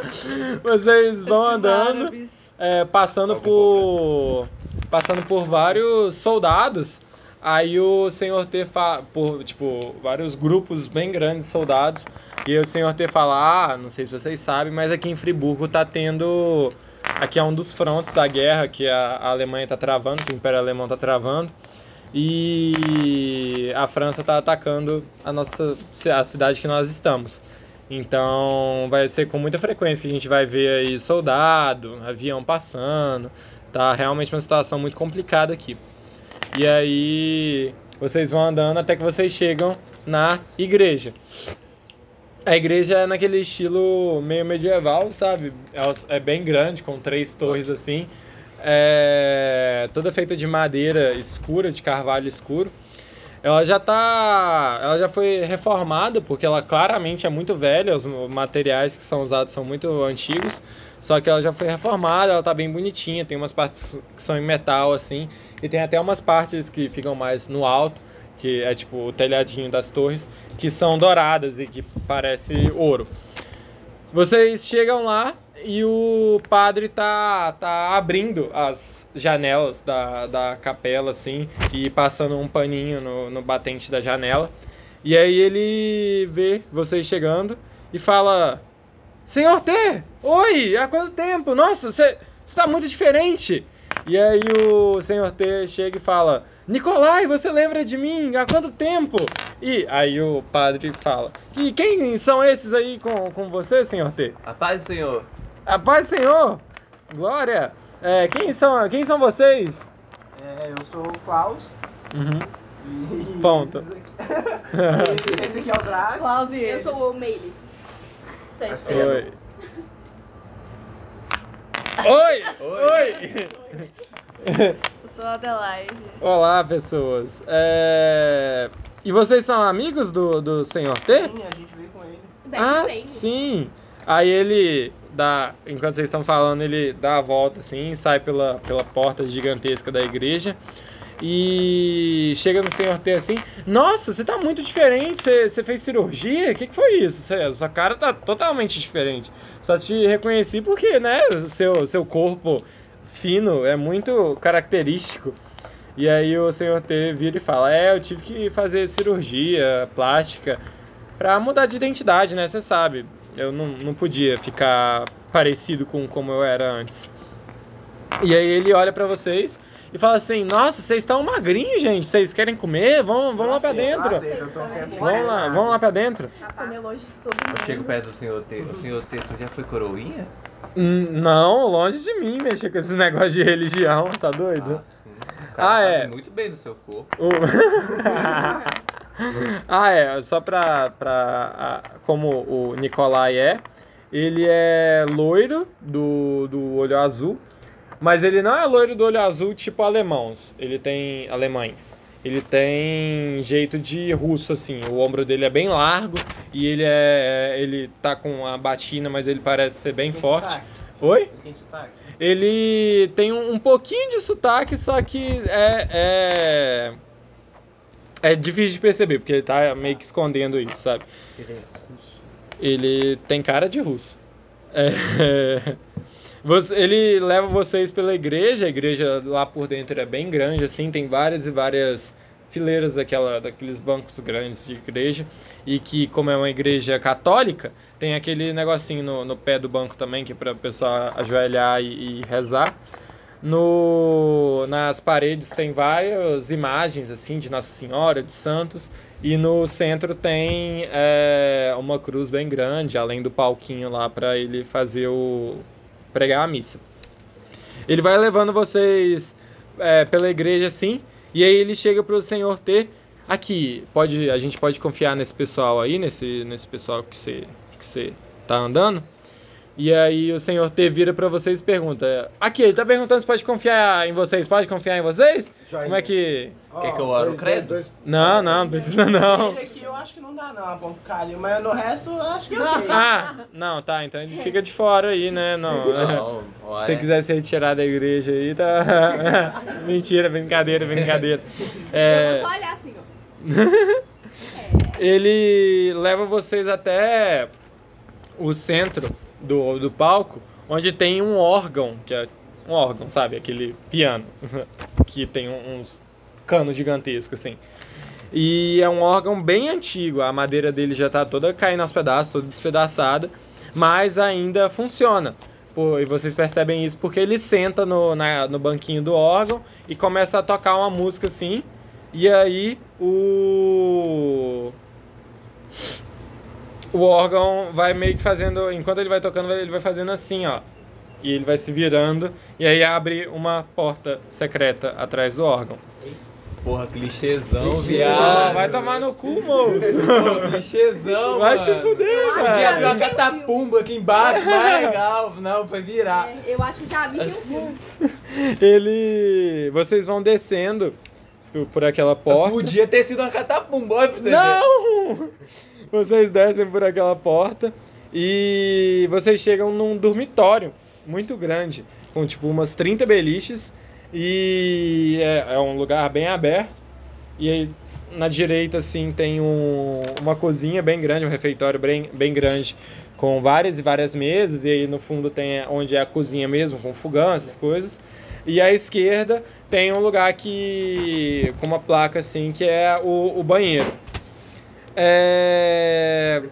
Vocês vão andando, é, passando
Algum
por. Passando por vários soldados. Aí o senhor T fala. Por, tipo, vários grupos bem grandes de soldados. E aí o senhor T fala: Ah, não sei se vocês sabem, mas aqui em Friburgo tá tendo. Aqui é um dos frontes da guerra que a, a Alemanha tá travando, que o Império Alemão tá travando. E a França tá atacando a nossa ci- a cidade que nós estamos. Então vai ser com muita frequência que a gente vai ver aí soldado, avião passando. Tá realmente uma situação muito complicada aqui. E aí vocês vão andando até que vocês chegam na igreja. A igreja é naquele estilo meio medieval, sabe? Elas- É bem grande, com três torres assim. É, toda feita de madeira escura, de carvalho escuro. Ela já tá, ela já foi reformada porque ela claramente é muito velha, os materiais que são usados são muito antigos. Só que ela já foi reformada, ela tá bem bonitinha, tem umas partes que são em metal assim, e tem até umas partes que ficam mais no alto, que é tipo o telhadinho das torres, que são douradas e que parece ouro. Vocês chegam lá e o padre tá, tá abrindo as janelas da, da capela, assim, e passando um paninho no, no batente da janela. E aí ele vê vocês chegando e fala: Senhor T, oi, há quanto tempo? Nossa, você está muito diferente. E aí o senhor T chega e fala: Nicolai, você lembra de mim? Há quanto tempo? E aí o padre fala: E quem são esses aí com, com você, senhor T?
A paz do Senhor.
A paz, do senhor! Glória! É, quem, são, quem são vocês?
É, eu sou o Klaus.
Uhum.
E...
Ponto.
Esse aqui é o Drax.
Klaus e
Eu
eles.
sou o Meile. Sei,
Assim,
sei.
Oi. Oi! Oi!
Eu sou a Adelaide.
Olá, pessoas. É, E vocês são amigos do, do senhor T?
Sim, a gente veio com ele.
Best friend.
Ah, sim. Aí ele dá, enquanto vocês estão falando, ele dá a volta assim, sai pela, pela porta gigantesca da igreja e chega no senhor T assim: Nossa, você tá muito diferente, você, você fez cirurgia? O que, que foi isso? Você- sua cara tá totalmente diferente. Só te reconheci porque, né, o seu, seu corpo fino é muito característico. E aí o senhor T vira e fala: É, eu tive que fazer cirurgia plástica pra mudar de identidade, né? Você sabe. Eu não, não podia ficar parecido com como eu era antes. E aí ele olha pra vocês e fala assim: Nossa, vocês estão magrinhos, gente. Vocês querem comer? Vão, vão lá pra
é
dentro.
Aceita, eu tô quieto.
Vão lá, vão lá pra dentro.
Tá.
Comeu longe de todo
Eu
mundo.
chego perto do senhor T. O senhor T, tu já foi coroinha?
Hum, Não, longe de mim mexer com esses negócios de religião, tá doido?
Ah, sim. O
Ah,
cara
é.
sabe muito bem do seu corpo.
O- Um. ah, é, só pra, pra. a- Como o Nicolai é, ele é loiro do, do olho azul, mas ele não é loiro do olho azul tipo alemãos. Ele tem. alemães. Ele tem jeito de russo, assim. O ombro dele é bem largo e ele é. Ele tá com a batina, mas ele parece ser bem
Tem
forte.
sotaque?
Oi?
Ele Tem sotaque?
Ele tem um, um pouquinho de sotaque, só que é, é. É difícil de perceber, porque ele tá meio que escondendo isso, sabe?
Ele é russo.
Ele tem cara de russo. É, você- ele leva vocês pela igreja, a igreja lá por dentro é bem grande, assim, tem várias e várias fileiras daquela, daqueles bancos grandes de igreja, e que, como é uma igreja católica, tem aquele negocinho no, no pé do banco também, que é para o pessoal ajoelhar e, e rezar. No, nas paredes tem várias imagens, assim, de Nossa Senhora, de santos, e no centro tem é, uma cruz bem grande, além do palquinho lá para ele fazer o. pregar a missa. Ele vai levando vocês é, pela igreja assim, e aí ele chega pro senhor ter. Aqui, pode, a gente pode confiar nesse pessoal aí, nesse, nesse pessoal que você que você tá andando. E aí o senhor T vira para vocês e pergunta: Aqui, ele tá perguntando se pode confiar em vocês, pode confiar em vocês?
Já
Como é que.
Quer que eu ore o credo?
Não, não, não precisa não.
Ele aqui eu acho que não dá não, a bomba pro Calil, mas no resto eu acho que é ok.
Ah, não, tá, então ele fica de fora aí, né? Não.
Não,
Se
olha.
você quiser se retirar da igreja aí, tá. Mentira, brincadeira, brincadeira.
Eu
É,
vou só olhar assim, ó.
ele leva vocês até o centro do, do palco, onde tem um órgão, que é um órgão, sabe? Aquele piano, que tem um- uns canos gigantescos, assim. E é um órgão bem antigo, a madeira dele já tá toda caindo aos pedaços, toda despedaçada, mas ainda funciona. Pô, e vocês percebem isso porque ele senta no, na- no banquinho do órgão e começa a tocar uma música assim. E aí o. O órgão vai meio que fazendo. Enquanto ele vai tocando, ele vai fazendo assim, ó. E ele vai se virando. E aí abre uma porta secreta atrás do órgão.
Porra, clichêzão,
Ah,
viado.
vai tomar no cu, moço!
Pô, clichêzão,
Vai
mano.
se fuder,
Podia abrir
velho!
uma catapumba aqui embaixo, mais legal. Não, foi
Tá.
virar.
É, eu acho que já vi em um filme.
Ele. Vocês vão descendo por- por aquela porta.
Podia ter sido uma catapumba, olha pra você ver.
Não! Vocês descem por aquela porta e vocês chegam num dormitório muito grande, com tipo umas 30 beliches e é, é um lugar bem aberto. E aí na direita assim tem um- uma cozinha bem grande, um refeitório bem, bem grande com várias e várias mesas e aí no fundo tem onde é a cozinha mesmo, com fogão, essas coisas. E à esquerda tem um lugar que com uma placa assim que é o, o banheiro. É...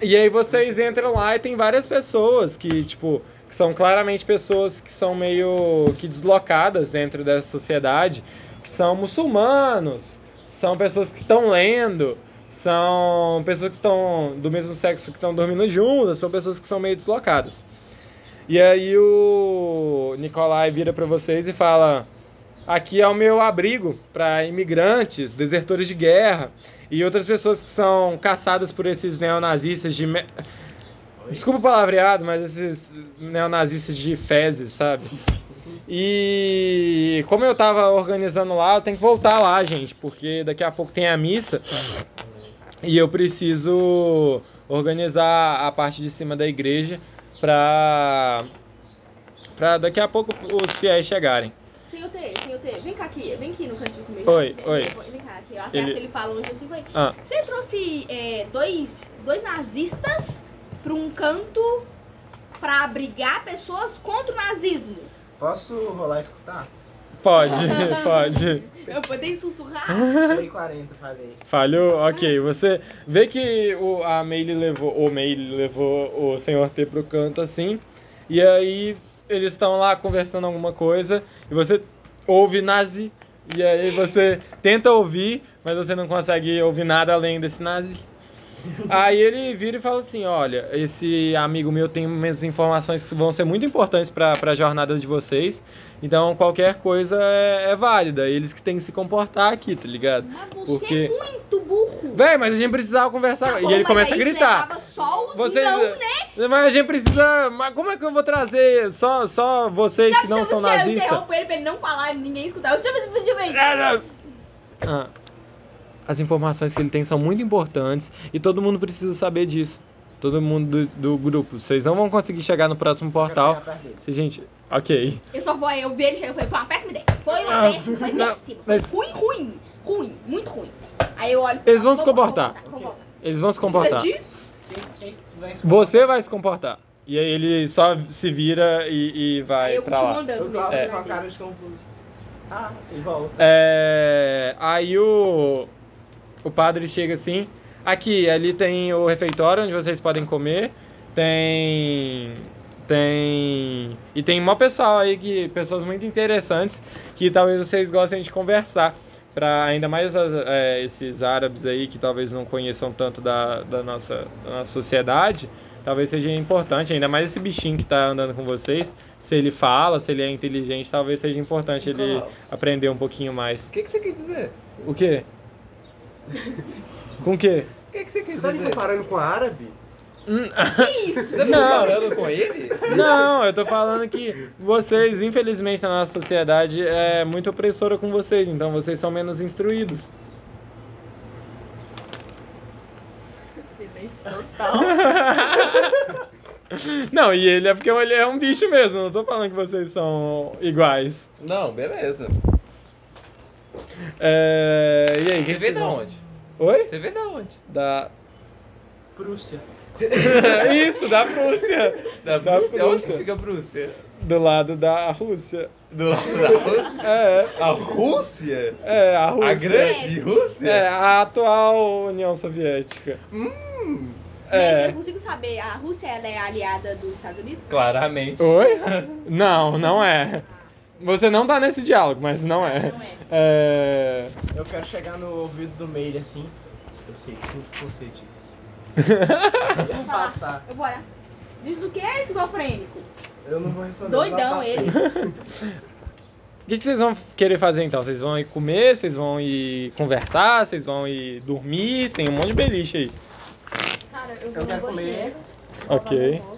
E aí vocês entram lá e tem várias pessoas que tipo que são claramente pessoas que são meio que deslocadas dentro dessa sociedade, que são muçulmanos, são pessoas que estão lendo, são pessoas que estão do mesmo sexo que estão dormindo juntas, são pessoas que são meio deslocadas. E aí o Nicolai vira para vocês e fala: "Aqui é o meu abrigo para imigrantes, desertores de guerra e outras pessoas que são caçadas por esses neonazistas de me- Desculpa o palavreado, mas esses neonazistas de fezes, sabe? E como eu tava organizando lá, eu tenho que voltar lá, gente, porque daqui a pouco tem a missa e eu preciso organizar a parte de cima da igreja pra, pra daqui a pouco os fiéis chegarem.
Senhor T, senhor T, vem cá aqui, vem aqui no cantinho comigo.
Oi,
Vem,
oi.
Vem, vem cá aqui. Eu acesso,
Ele-
ele, fala longe assim, foi.
Ah.
Você trouxe é, dois, dois nazistas pra um canto pra abrigar pessoas contra o nazismo.
Posso rolar e escutar?
Pode, pode.
Eu poderia sussurrar?
Ah,
Tirei 40, falei.
Falhou? Ok, você vê que o, a Meile levou, o Meile levou o Senhor T pro canto assim, e aí eles estão lá conversando alguma coisa, e você ouve nazi, e aí você tenta ouvir, mas você não consegue ouvir nada além desse nazi. Aí ele vira e fala assim, olha, esse amigo meu tem umas informações que vão ser muito importantes para a jornada de vocês, então qualquer coisa é, é válida, eles que têm que se comportar aqui, tá ligado?
Mas você
Porque-
é muito burro.
Véi, mas a gente precisava conversar.
Tá
e
bom,
ele
mas
começa a
aí
gritar.
levava Só os
Vocês, eh,
não,
Mas a gente precisa. Mas como é que eu vou trazer só, só vocês que não são
eu
nazistas?
interrompo ele pra ele não falar e ninguém escutar. Eu sempre fui
É, Ah, as informações que ele tem são muito importantes e todo mundo precisa saber disso. Todo mundo do, do grupo. Vocês não vão conseguir chegar no próximo portal. Se, gente, ok.
Eu só vou, eu vi ele chegar e falei, foi uma péssima ideia. Foi uma
Ah,
péssima, foi
não,
péssima.
mas-
Foi ruim, ruim, ruim, muito ruim. Aí eu olho.
Eles vão se
Vamos,
comportar.
vamos, vamos, vamos.
Eles vão se
Você
comportar.
diz?
Quem, quem vai escutar?
Você vai se comportar. E aí ele só se vira e, e vai
eu
pra
continuo
lá.
andando
Eu
mesmo.
gosto
né,
com a
dele.
cara de confuso. Ah, e volta.
É, aí o, o padre chega assim. Aqui, ali tem o refeitório onde vocês podem comer. Tem. Tem. E tem mó pessoal aí, que, pessoas muito interessantes que talvez vocês gostem de conversar. Pra ainda mais as- é, esses árabes aí que talvez não conheçam tanto da, da, nossa, da nossa sociedade, talvez seja importante, ainda mais esse bichinho que tá andando com vocês. Se ele fala, se ele é inteligente, talvez seja importante ele aprender um pouquinho mais.
O que, que você quer dizer?
O quê? Com o quê?
O que, que você quer
Você tá me
dizer?
comparando com árabe?
Hum,
Você tá falando com ele?
Não, eu tô falando que vocês, infelizmente, na nossa sociedade é muito opressora com vocês, então vocês são menos instruídos.
Silêncio total.
Não, e ele é porque ele é um bicho mesmo, não tô falando que vocês são iguais.
Não, beleza.
É... E aí, o que que
Você vê
vocês
da
vão-
onde?
Oi?
Você vê da onde?
Da.
Prússia.
Isso, da Prússia.
Da,
Da
Prússia? É Onde
Prússia.
que fica a Prússia?
Do lado da Rússia.
Do lado da Rússia?
É,
A Rússia?
é, a Rússia.
A grande Rússia?
É, a atual União Soviética.
Hum,
Mas
É.
eu consigo saber, a Rússia ela é aliada dos Estados Unidos?
claramente.
Oi? Não, não é. Você não tá nesse diálogo, mas não
Ah,
é.
Não é.
É.
Eu quero chegar no ouvido do Meire assim. Eu sei tudo que você disse.
Eu vou falar.
Afastar.
Eu vou olhar. Diz do que é esquizofrênico?
Eu não vou responder.
Doidão ele.
O que, que vocês vão querer fazer então? Vocês vão ir comer, vocês vão ir conversar, vocês vão ir dormir, tem um monte de beliche aí.
Cara, eu vou
Eu quero
no banheiro,
comer.
lavar
Ok.
meu rosto,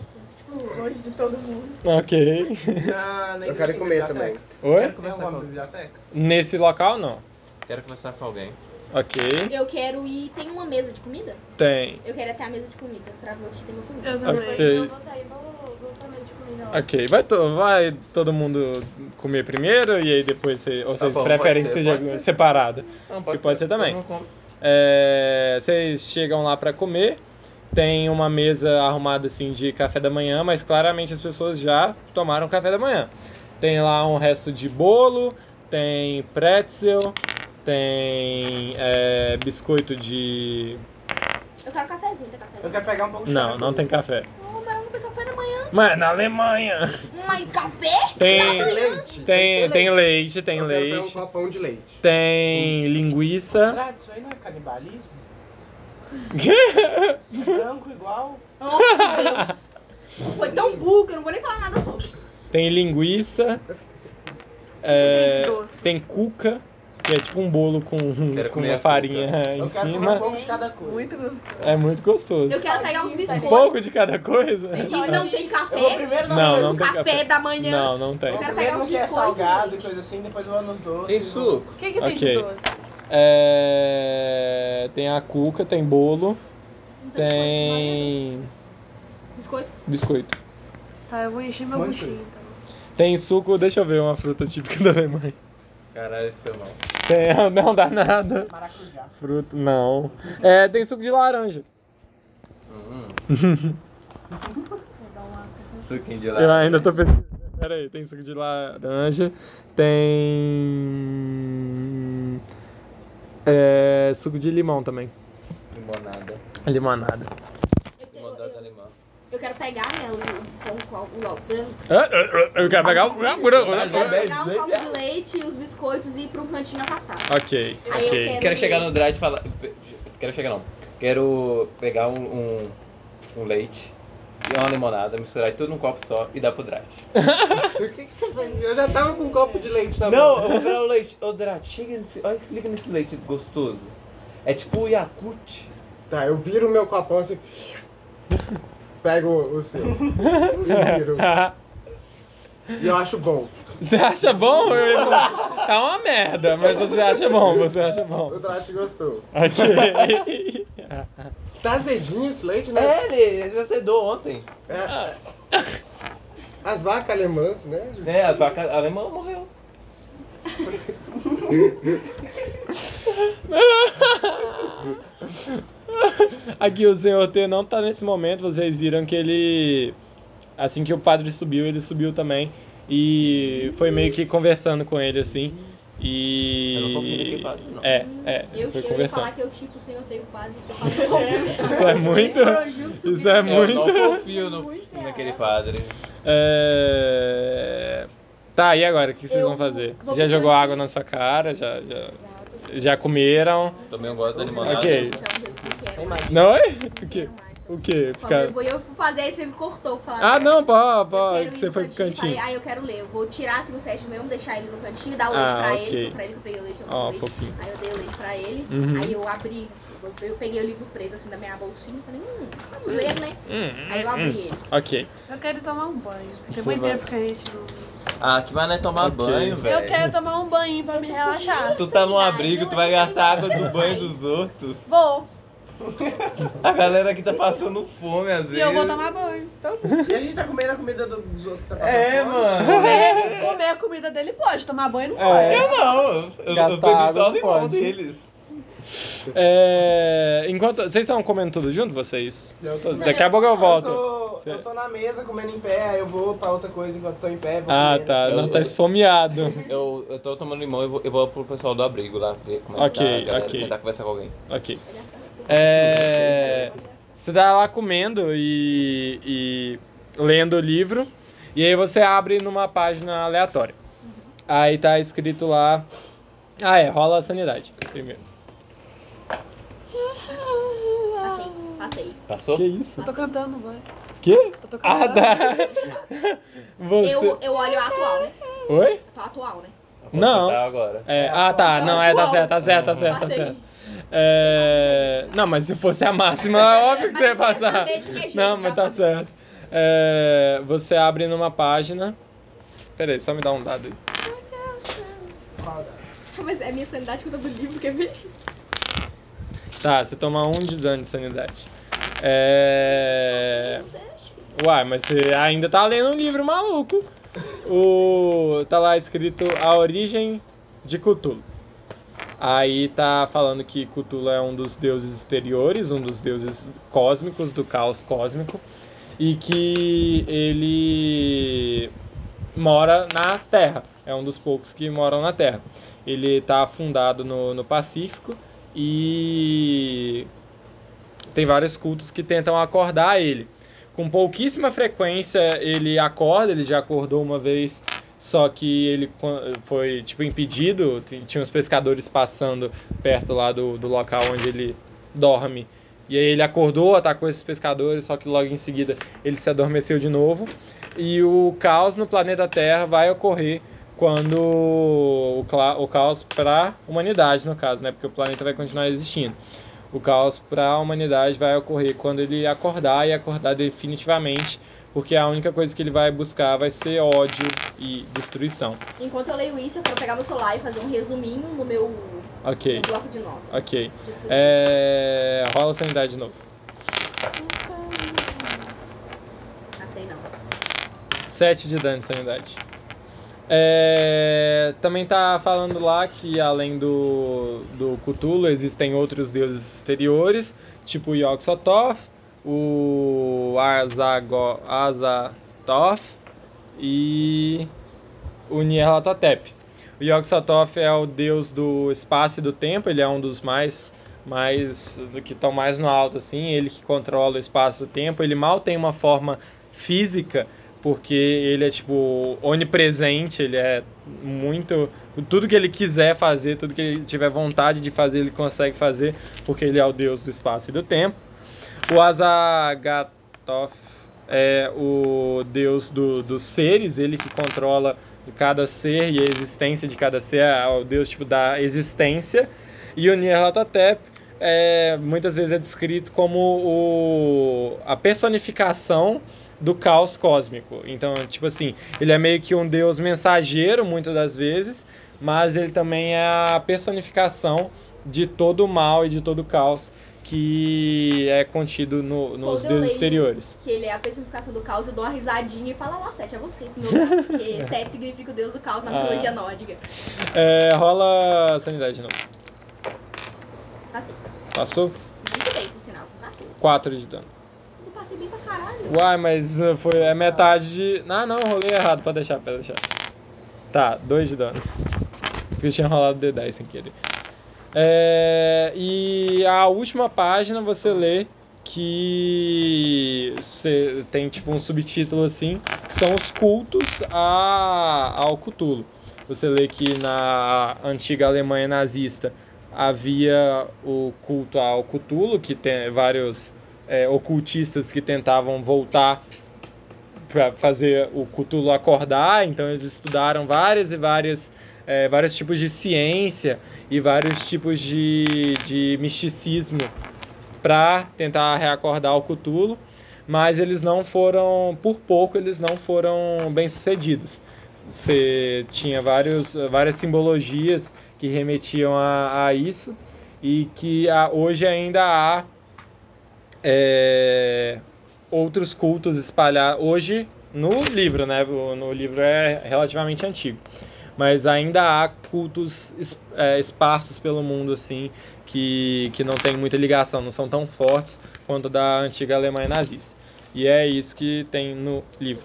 Tipo, longe de todo mundo.
Ok.
Ah, nem
Eu quero
sei,
comer
biblioteca.
também.
Oi?
Quero conversar
Tem alguma
com-
biblioteca?
Nesse local não.
Quero conversar com alguém.
Ok.
Eu quero ir. Tem uma mesa de comida?
Tem.
Eu quero até a mesa de comida pra ver o que tem na comida.
Eu
também.
também.
Ok.
Eu vou sair, vou, vou comer de comida lá.
Ok. Vai, to- vai todo mundo comer primeiro e aí depois você. Ou
Tá
vocês
bom,
preferem
pode
que
ser,
seja
pode ser.
separada?
Não,
Que pode ser também.
Todo mundo come.
É, vocês chegam lá pra comer, tem uma mesa arrumada assim de café da manhã, mas claramente as pessoas já tomaram café da manhã. Tem lá um resto de bolo, tem pretzel, tem é, biscoito de.
Eu quero um cafezinho, tem cafezinho.
Eu quero pegar um pouco de
Não,
né,
não tem café.
Não, mas eu não tenho café da manhã.
Mas na Alemanha!
Mas café?
Tem,
leite?
tem, tem leite, tem
Eu quero pegar um
leite,
copão de leite.
tem linguiça.
Andrade, isso aí não é canibalismo?
Quê?
É branco igual.
Nossa, Deus. Foi tão burro que eu não vou nem falar nada sobre.
Tem linguiça.
Tem
É,
de doce.
Tem cuca, que é tipo um bolo com,
Quero
com
comer
uma
a
farinha em
Eu quero comer um
cima.
pouco de cada coisa.
Muito gostoso.
É muito gostoso.
Eu quero pegar uns
Um
quero-
biscoitos.
pouco de cada coisa?
E não tem
Eu vou
café?
primeiro nas
Não,
coisas.
não tem café.
da manhã.
Não, não
Eu
tem.
vou
quero
primeiro
pegar
no
uns
que é
biscoitos,
salgado e
gente.
coisa assim, depois eu vou nos doces.
Tem
vou-
suco?
O que, que
Ok.
tem de doce?
É, Tem a cuca, tem bolo,
Não
tem
Então, tipo, Biscoito?
biscoito.
Tá, eu vou encher meu
Muito.
buchinho então.
Tem suco, deixa eu ver uma fruta típica da Alemanha.
Caralho, foi mal.
Tem, não dá nada.
Maracujá.
Fruta, não. É, tem suco de laranja.
Hum,
Vou dar uma...
suquinho de
Eu
lá.
ainda tô pensando. Pera aí, tem suco de laranja, tem. É, suco de limão também.
Limonada.
Limonada.
Eu, te- eu,
Limonada
eu,
alemã.
eu quero pegar, né, o, o, o, o,
Ah, Eu quero pegar
eu quero pegar um
Leite.
copo de leite e os biscoitos e ir pra um cantinho afastado.
Ok,
Aí eu
ok.
Quero chegar no Drive e falar. pe- Quero chegar não. Quero pegar um, um, um leite e uma limonada, misturar tudo num copo só e dar pro Drat.
Tá.
O que, que você fez? Eu já tava com um copo de leite na
Não,
mão.
eu vou pegar o leite. Ô Drat, chega nesse. Olha, se liga nesse leite gostoso. É tipo o Yakut.
Tá, eu viro o meu copão assim. Pego o, o seu. E viro. E eu acho bom.
Você acha bom? Eu- Tá uma merda, mas você acha bom, você acha
O
bom.
Drat gostou.
Ok.
Tá azedinho esse leite, né?
É, ele, ele acedou ontem.
É. As vacas alemãs, né?
Né? A vaca alemã morreu.
Aqui o senhor T não tá nesse momento, vocês viram que ele Assim que o padre subiu, ele subiu também. E foi meio que conversando com ele assim. E.
Eu não confio naquele padre, não.
É, é. foi
Eu, che- eu ia
conversando.
falar que eu chipo sem eu tenho padre, você fala
Isso é muito. Isso é
Eu
muito.
não confio no,
Muito
naquele
errado.
padre.
É... Tá, e agora? O que vocês
Eu
vão fazer?
vou assim.
já
pedir
jogou
aqui.
água na sua cara? Já, já, já comeram?
Também eu gosto da limonada.
Ok.
Então,
Tem mais.
Não? é? O
eu
quê?
quero mais.
O quê?
Falou,
Ficar...
eu vou e eu fui fazer, aí você me cortou. pra falar
Ah,
merda.
não, pô,
Eu
pô,
quero
que
ir
você
no
foi pro cantinho.
Falei, ah, eu quero ler. Eu vou tirar se você é de meu, deixar ele no cantinho, dar o leite
Ah,
pra
ok.
ele. que eu- Pra ele que eu peguei o leite, eu não
Ó,
dei.
fofinho.
Aí eu dei o leite pra ele.
Uhum.
Aí eu abri. eu- Eu peguei o livro preto assim da minha bolsinha. Falei, hum, vamos ler, né?
Hum,
Aí eu
hum,
abri
hum.
ele.
Ok.
Eu quero tomar um banho. Tem
Você
muito
vai-
tempo que a gente não.
Ah, que mané tomar
Ok.
banho, velho.
Eu quero tomar um banho pra me relaxar.
Tu tá num abrigo, tu vai gastar a água do banho dos outros.
Vou.
A galera aqui tá passando fome às
E
vezes.
eu vou tomar banho.
E a gente tá comendo a comida do- dos outros que tá passando
É,
fome.
mano.
Comer, comer a comida dele pode, tomar banho não pode.
É,
Eu não, eu, eu, eu
Gastar
bebi
água
só o
não
limão
pode.
deles.
é, enquanto... Vocês estão comendo tudo junto, vocês?
Eu
Tô- Daqui a pouco eu volto.
Eu tô, eu tô na mesa comendo em pé, aí eu vou pra outra coisa enquanto tô em pé. vou
Ah,
comendo,
tá.
assim.
Não tá esfomeado.
Eu, eu tô tomando limão e vou, eu vou pro pessoal do abrigo lá ver como é
Ok,
que tá. a galera,
ok.
Tentar conversar com alguém.
Ok. É... Você tá lá comendo e, e lendo o livro, e aí você abre numa página aleatória. Aí tá escrito lá. Ah, é, rola a sanidade primeiro.
Passei, passei.
Passou?
Que isso?
Eu tô cantando no banho.
Que?
Eu tô
Ah,
cantando.
tá.
Eu,
Você.
eu olho a atual, né?
Oi?
Eu tô atual, né?
Pode
Não.
sentar agora.
É, ah, tá. Não, é, tá certo, tá certo, tá certo, tá
Passei.
certo. É, não, mas se fosse a máxima, é óbvio que você ia passar. Não, mas tá certo. É, você abre numa página. Pera aí, só me dá um dado aí.
Mas é a minha sanidade que eu tô do livro, quer ver?
Tá, você toma um de dano de sanidade. É. Uai, mas você ainda tá lendo um livro maluco. O. Tá lá escrito A Origem de Cthulhu. Aí tá falando que Cthulhu é um dos deuses exteriores, um dos deuses cósmicos, do caos cósmico. E que ele mora na Terra. É um dos poucos que moram na Terra. Ele tá afundado no, no Pacífico e tem vários cultos que tentam acordar ele. Com pouquíssima frequência ele acorda, ele já acordou uma vez, só que ele co- foi tipo impedido, t- tinha uns pescadores passando perto lá do, do local onde ele dorme. E aí ele acordou, atacou esses pescadores, só que logo em seguida ele se adormeceu de novo. E o caos no planeta Terra vai ocorrer quando o, cla- o caos para a humanidade, no caso, né? Porque o planeta vai continuar existindo. O caos para a humanidade vai ocorrer quando ele acordar e acordar definitivamente, porque a única coisa que ele vai buscar vai ser ódio e destruição.
Enquanto eu leio isso, eu quero pegar meu celular e fazer um resuminho no meu
Ok,
meu bloco de notas.
ok.
De tudo.
É... Rola a sanidade de novo.
Passei não.
7 de dano de sanidade. É, também tá falando lá que além do, do Cthulhu existem outros deuses exteriores, tipo yog o Arzago- Azathoth e o Nyarlathotep. O yog é o deus do espaço e do tempo, ele é um dos mais mais do que estão mais no alto assim, ele que controla o espaço e o tempo, ele mal tem uma forma física, porque ele é tipo onipresente, ele é muito tudo que ele quiser fazer, tudo que ele tiver vontade de fazer, ele consegue fazer, porque ele é o deus do espaço e do tempo. O Azagatoth é o deus do, dos seres, ele que controla cada ser e a existência de cada ser, é o deus tipo da existência. E o Nyarlathotep é, muitas vezes é descrito como o, a personificação do caos cósmico. Então, tipo assim, ele é meio que um deus mensageiro muitas das vezes, mas ele também é a personificação de todo o mal e de todo o caos que é contido no- nos
Quando eu
deuses
leio-
exteriores.
Que ele é a personificação do caos, eu dou uma risadinha e falo, lá, Sete, é você. Meu Deus, porque Sete significa o deus do caos na
Ah.
mitologia nórdica.
É, rola a sanidade não.
Passei.
Passou?
Muito bem, por sinal, com 14.
4 de dano.
Não passei. gastei bem pra caralho.
Uai, mas uh, foi é metade de. Ah não, rolei errado, pode deixar, pode deixar. Tá, dois de dano. Porque eu tinha rolado D10 sem querer. É, e a última página você lê que você tem tipo um subtítulo assim, que são os cultos a, ao Cthulhu. Você lê que na antiga Alemanha nazista havia o culto ao Cthulhu, que tem vários é, ocultistas que tentavam voltar para fazer o Cthulhu acordar, então eles estudaram várias e várias é, vários tipos de ciência e vários tipos de, de misticismo para tentar reacordar o Cthulhu, mas eles não foram, por pouco, eles não foram bem-sucedidos. Você tinha vários, várias simbologias que remetiam a, a isso e que a- hoje ainda há é, outros cultos espalhados. Hoje, no livro, né? O, no livro é relativamente antigo. Mas ainda há cultos es- é, esparsos pelo mundo, assim, que, que não tem muita ligação, não são tão fortes quanto da antiga Alemanha nazista. E é isso que tem no livro.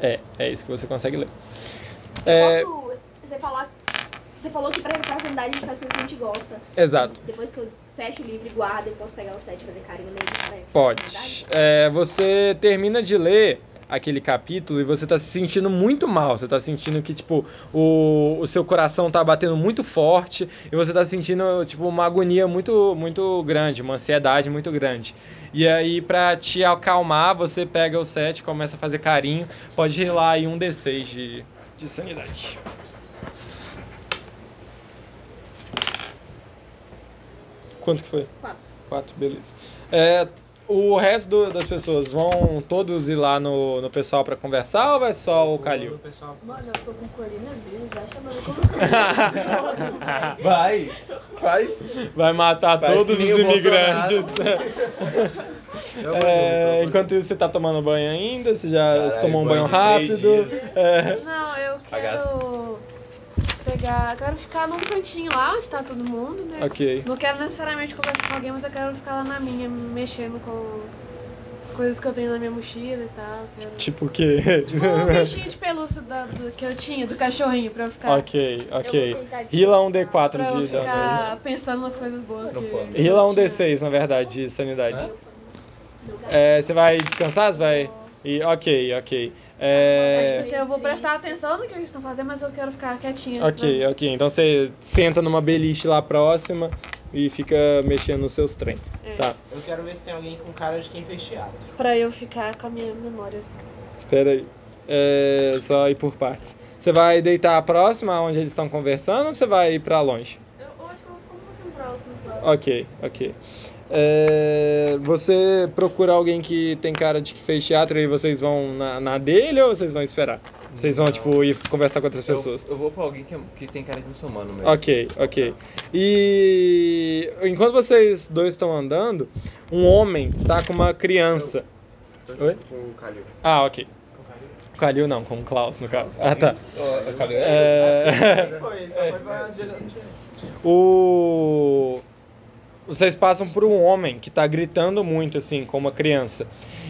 É, é isso que você consegue ler. É,
tá? Eu posso- Você, falar, você falou que pra recuperar a sanidade a gente faz coisa que a gente gosta.
É, exato.
Depois que eu fecho o livro e guardo, eu posso pegar o set e fazer carinho nele. cara, é sanidade?
Pode. É, você termina de ler aquele capítulo e você tá se sentindo muito mal. Você tá sentindo que, tipo, o, o seu coração tá batendo muito forte e você tá sentindo, tipo, uma agonia muito, muito grande, uma ansiedade muito grande. E aí, pra te acalmar, você pega o set, começa a fazer carinho. Pode relar aí um D6 de, de sanidade. Quanto que foi?
Quatro.
Quatro, beleza. É, o resto do- das pessoas vão todos ir lá no, no pessoal pra conversar ou vai só o Calil?
pessoal-
Mano, eu tô com coronavírus, acha, mano? Como
Vai! Faz!
Vai matar
Faz
todos os
que nem o
imigrantes.
Eu vou
É,
junto, eu vou
enquanto isso, você tá tomando banho ainda? Você já
Caralho,
você tomou um banho
banho de três
rápido? É.
que... Não, eu
Cagaço.
quero pegar... Eu quero ficar num cantinho lá onde tá todo mundo, né?
Ok.
Não quero necessariamente conversar com alguém, mas eu quero ficar lá na minha, mexendo com as coisas que eu tenho na minha mochila e tal. Quero...
Tipo o quê?
Tipo, um peixinho de pelúcia da- do, que eu tinha, do cachorrinho, pra eu ficar...
ok,
Eu
ok.
vou tentar de-
Rila um D4
Pra eu
de dano.
ficar pensando umas coisas boas
Não
que...
pode.
aí. Rila um
eu tinha.
D6, na verdade, de sanidade.
Meu gato.
É, você vai descansar? Você vai. E, ok, ok. É,
Mas, tipo assim, eu vou prestar atenção no que eles estão fazendo, mas eu quero ficar quietinha. né?
Ok, ok. Então você senta numa beliche lá próxima e fica mexendo nos seus trem.
É.
Tá,
Eu quero ver se tem alguém com cara de quem fez teatro.
Pra eu ficar com a minha memória. assim.
pera aí. É, só ir por partes. Você vai deitar a próxima onde eles estão conversando ou você vai ir pra longe?
Eu, eu acho que eu vou ficar um pouquinho próximo. claro.
Ok, ok. É, você procura alguém que tem cara de que fez teatro e vocês vão na, na dele ou vocês vão esperar? Vocês vão,
Não.
tipo, ir conversar com outras pessoas?
Eu, eu vou pra alguém que, é, que tem cara de muçulmano mesmo.
Ok, ok. E enquanto vocês dois estão andando, um homem tá com uma criança.
junto.
Oi?
Com o Calil.
Ah, ok. Com o Calil não, com o Klaus, no caso. Ah, tá.
Ô, ô, Calil,
É,
Foi, só foi pra direção diferente.
o... Vocês passam por um homem que tá gritando muito, assim, com uma criança.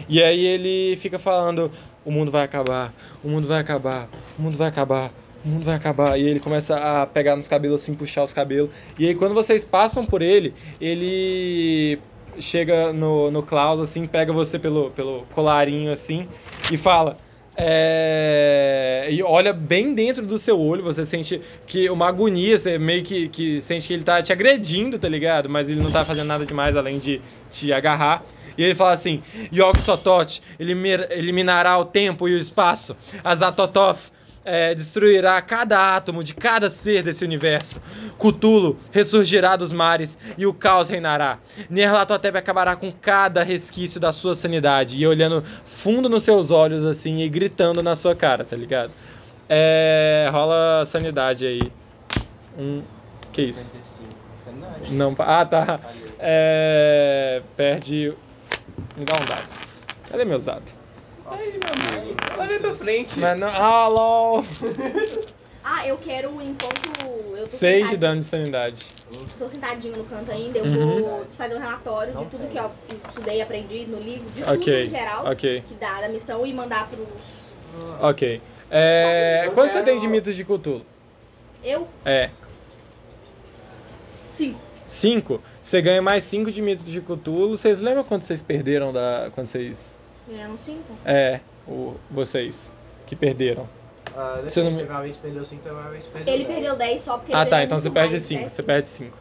E aí ele fica falando: o mundo vai acabar, o mundo vai acabar, o mundo vai acabar, o mundo vai acabar. E ele começa a pegar nos cabelos, assim, puxar os cabelos. E aí quando vocês passam por ele, ele chega no, no Klaus, assim, pega você pelo, pelo colarinho, assim, e fala. é, E olha bem dentro do seu olho, você sente que uma agonia, você meio que, que sente que ele tá te agredindo, tá ligado? Mas ele não tá fazendo nada demais além de te agarrar. E ele fala assim: Yog Sotot elimir- eliminará o tempo e o espaço. Azatototh eh, destruirá cada átomo de cada ser desse universo. Cthulhu ressurgirá dos mares e o caos reinará. Nyarlathotep acabará com cada resquício da sua sanidade. E olhando fundo nos seus olhos, assim, e gritando na sua cara, tá ligado? É, rola sanidade aí. Um. Que isso?
55. Você não acha?
Não. pa- Ah, tá.
Valeu.
É, perde. Me dá um dado. Cadê meus dados?
Olha pra frente.
Mas não. Ah, lol!
Ah, um eu quero, enquanto eu eu
6
tô
de
sentadinha-
dano de sanidade.
Tô sentadinho no canto ainda, eu
Uhum.
vou fazer um relatório
Não
de tudo
tem.
que eu estudei, aprendi no livro, de
Ok.
tudo em geral,
Ok,
que dá da missão e mandar pros...
ok. É,
Eu
quanto você
quero-
tem de mitos de Cthulhu?
Eu?
É,
Sim.
5. Você ganha mais 5 de mitos de Cthulhu. Vocês lembram quando vocês perderam da. Quando vocês.
Ganhamos cinco.
É, o, vocês que perderam.
Ah,
Você não me-
Uma vez perdeu 5, teve uma vez perdeu
Ele
dez.
perdeu 10 só porque
Ah
ele
tá,
ganhou
então você
muito mais,
perde
né?
5. Você perde 5.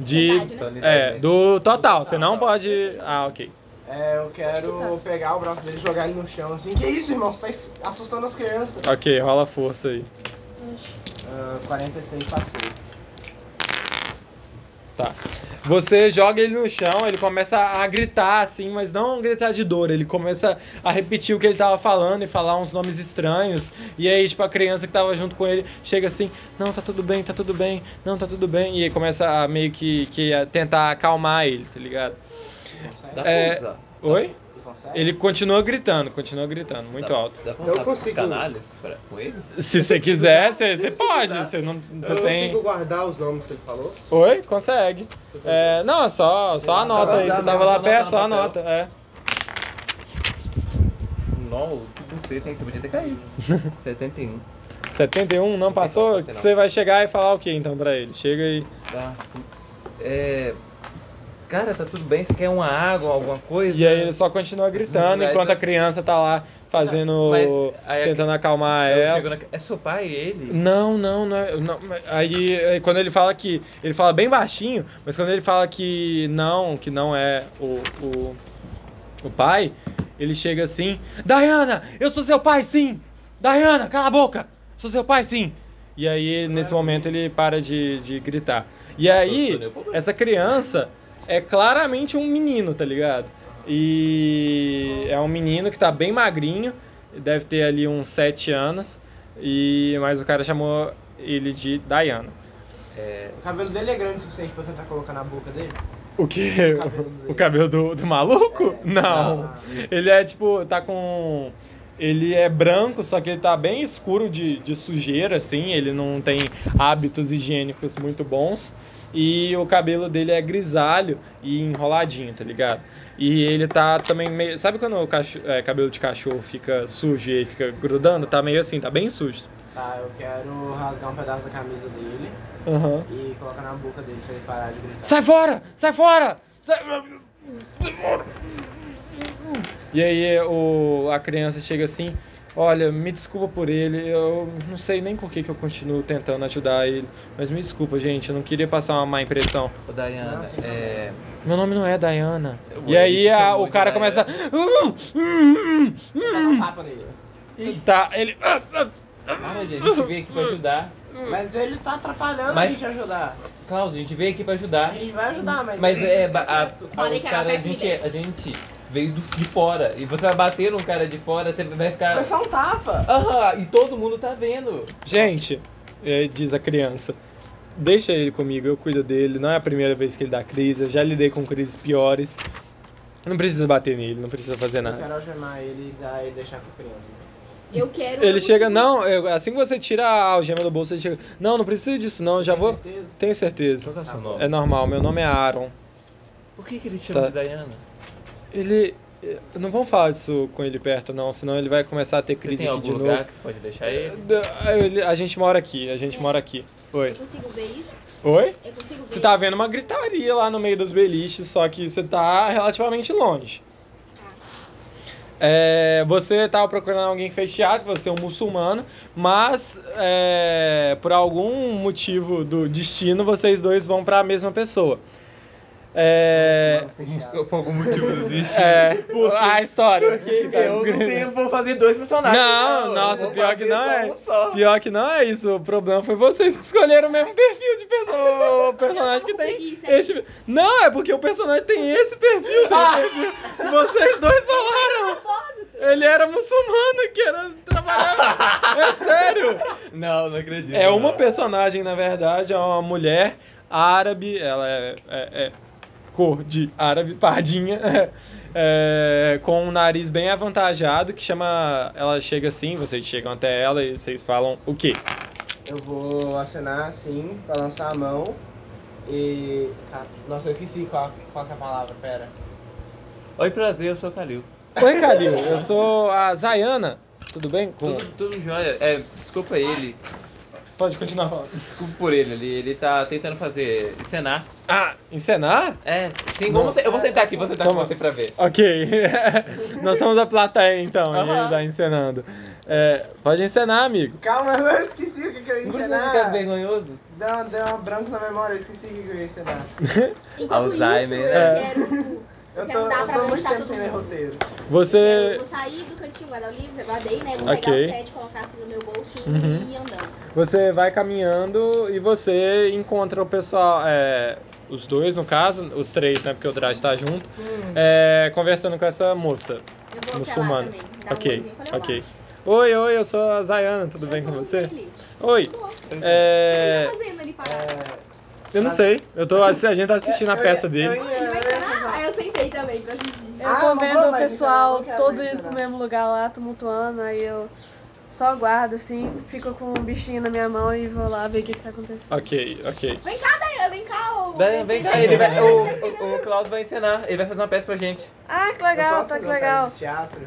De.
Tá
Verdade, né?
É, do total. Você não pode. Ah, ok.
É, eu
Acho
quero pegar o braço dele e jogar ele no chão assim. Que isso, irmão? Você tá es- assustando as crianças.
Ok, rola força aí.
assim.
Ah, 46, passei.
Você joga ele no chão, ele começa a gritar assim, mas não gritar de dor, ele começa a repetir o que ele tava falando e falar uns nomes estranhos. E aí, tipo, a criança que tava junto com ele chega assim: Não, tá tudo bem, tá tudo bem, não, tá tudo bem. E aí começa a meio que, que a tentar acalmar ele, tá ligado?
Ele consegue?
Dá pra
É,
usar.
Oi? Tá
Ele consegue?
Ele continua gritando, continua gritando, muito
Dá-
alto.
Dá pra
Eu
usar pros
consigo.
canalhas pra- com ele?
Se você quiser, você, você pode, você não você
Eu
tem.
consigo guardar os nomes que ele falou?
Oi? Consegue. É, não, só, só anota
tá
aí, você tava lá
Anota,
perto, só
anota.
anota, é.
Não, não sei, tem que você podia ter caído. 71.
71 não passou?
Não, não.
Você vai chegar e falar o que então pra ele? Chega aí.
Tá, putz. É. Cara, tá tudo bem? Você quer uma água, alguma coisa?
E aí ele só continua gritando
Mas
enquanto
é-
a criança tá lá fazendo.
Mas aí a-
tentando acalmar
eu
ela.
chego na- É seu pai ele?
Não, não, não, é- não. mas Aí, aí quando ele fala que. Ele fala bem baixinho, mas quando ele fala que não, que não é o, o, o pai, ele chega assim: Diana, eu sou seu pai, sim! Diana, cala a boca! Sou seu pai, sim! E aí, nesse momento, ele para de, de gritar. E aí. Essa criança é claramente um menino, tá ligado? E é um menino que tá bem magrinho, deve ter ali uns 7 anos, e mas o cara chamou ele de Diana.
O cabelo dele é grande o suficiente pra eu tentar colocar na boca dele?
O que?
O cabelo dele.
O cabelo do, do maluco?
É.
Não.
Ah,
Ele é tipo, tá com. Ele é branco, só que ele tá bem escuro de, de sujeira, assim. Ele não tem hábitos higiênicos muito bons. E o cabelo dele é grisalho e enroladinho, tá ligado? E ele tá também meio. Sabe quando o cacho- é, cabelo de cachorro fica sujo e aí fica grudando? Tá meio assim, tá bem sujo.
Tá, eu quero rasgar um pedaço da camisa dele e colocar na boca dele pra ele parar de gritar.
Sai fora! Sai fora! Sai... E aí o, a criança chega assim, olha, me desculpa por ele, eu não sei nem por que, que eu continuo tentando ajudar ele, mas me desculpa, gente, eu não queria passar uma má impressão.
Ô, Diana,
Nossa,
é.
Meu nome não é Diana.
eu-
E aí
ele te
a-
chamou
o
de
cara
Diana.
começa. "Uh, a-
Dá um tapa nele.
Tá, ele.
Cara, a gente veio aqui pra ajudar.
Mas ele tá atrapalhando
Mas-
a gente ajudar.
Klaus, a gente veio aqui pra
A
ajudar.
gente vai ajudar, mas.
Mas é. ba- A, a,
Tá
Falei
os
que era
cara, a,
perto de
gente, a gente veio do- de fora. E você vai bater num cara de fora, você vai ficar.
Foi só um tapa.
Aham, e todo mundo tá vendo.
Gente, eh, diz a criança, deixa ele comigo, eu cuido dele. Não é a primeira vez que ele dá crise, eu já lidei com crises piores. Não precisa bater nele, não precisa fazer
Eu
nada.
quero algemar ele e dar ele deixar com a criança.
Eu quero... eu
Ele chega,
consigo-
não, eu- assim que você tira a algema do bolso, ele chega, não, não precisa disso, não, eu já
Tem
vou.
certeza?
Tenho certeza.
que é o
Tá bom.
É normal, meu nome é Aaron.
Por que, que ele te chama
Tá.
de Diana?
Ele. eh, Não vão falar disso com ele perto, não, senão ele vai começar a ter
Você
crise
tem
aqui de
algum
novo.
lugar que pode deixar ele?
Eh, ele- A gente mora aqui, a gente mora aqui. Oi.
Eu consigo ver isso?
Oi?
Eu consigo ver
Você tá vendo uma gritaria lá no meio dos beliches, só que você tá relativamente longe. É, você tava procurando alguém que fez teatro, você é um muçulmano, mas é, por algum motivo do destino, vocês dois vão pra mesma pessoa.
um
É,
Fechado.
Por algum motivo do destino.
é, a história. que tá
Eu não
escrita.
tenho, vou fazer dois personagens.
Não,
eu
nossa,
vou
pior
fazer
que não
só
é.
um só.
Pior que não é isso, o problema foi vocês que escolheram o mesmo perfil de perso- o
Eu tava
personagem que
com
tem
preguiça.
Este- Não, é porque o personagem tem esse perfil, tem um perfil que vocês dois falaram. Ele era muçulmano que era trabalhava. É sério.
Não, não acredito.
É uma
não.
personagem, na verdade, é uma mulher árabe, ela é, é- é cor de árabe, pardinha, é, com um nariz bem avantajado, que chama... Ela chega assim, vocês chegam até ela e vocês falam o quê?
Eu vou acenar assim, pra lançar a mão. E. Cap- Nossa, eu esqueci qual, qual que é a palavra, pera.
Oi, prazer, eu sou o Calil.
Oi, Calil. Eu sou a Zayana. Tudo bem? Com...
Tudo, tudo jóia. É, desculpa ele.
Pode continuar falando.
Desculpa por ele ali. Ele tá tentando fazer cenar.
Ah, encenar?
É, sim,
Não.
vamos, eu vou sentar aqui, vou sentar
Toma.
com você pra ver.
Ok. Nós somos a plateia, então. E
Aham.
ele tá encenando. É, pode encenar, amigo.
Calma, eu esqueci o que, que eu ia
Não precisa ficar
ensinar.
vergonhoso.
Deu, uma- deu uma branca na memória, eu esqueci o que, que eu ia ensinar.
Enquanto
Alzheimer,
isso, eu
né?
quero.
Eu
Quer
tô,
dar pra
eu tô muito
mostrar
tempo
todo
sem ler
mundo?
roteiro.
Eu
Você,
vou sair do cantinho, guardar o livro, guardei, né? Vou
Ok.
pegar o set, colocar assim no meu bolso
Uhum.
e ir andando.
você vai caminhando e você encontra o pessoal, é, os dois no caso, os três, né? Porque o Drag tá junto, é, conversando com essa moça.
Eu vou
Muçulmano.
até lá também. Dar um
Ok,
oizinho pra
ok.
Leonardo.
Oi, oi, eu sou a Zayana, tudo
Eu
bem
sou
com
muito
você?
feliz.
Oi,
Tudo bom. O que ele
é,
tá fazendo ali parado?
É,
eu não sei, eu tô, assi- a gente tá assistindo a
eu
peça
ia-
dele.
eu ia-
Ele vai
eu ia
ensinar? Aí eu sentei também pra assistir.
Eu
Ah,
tô
não
vendo
vou
o
mais,
pessoal
então eu não quero
todo
mais
indo pro
chorar.
mesmo lugar lá, tumultuando, aí eu só guardo assim, fico com um bichinho na minha mão e vou lá ver o que, que tá acontecendo.
Ok, ok.
Daí, vem cá, ô.
Vem, vem cá, ele vai, o, o, o Claudio vai encenar, ele vai fazer uma peça pra gente.
Ah, que
Eu
legal,
posso
tá que
voltar
legal.
de Teatro.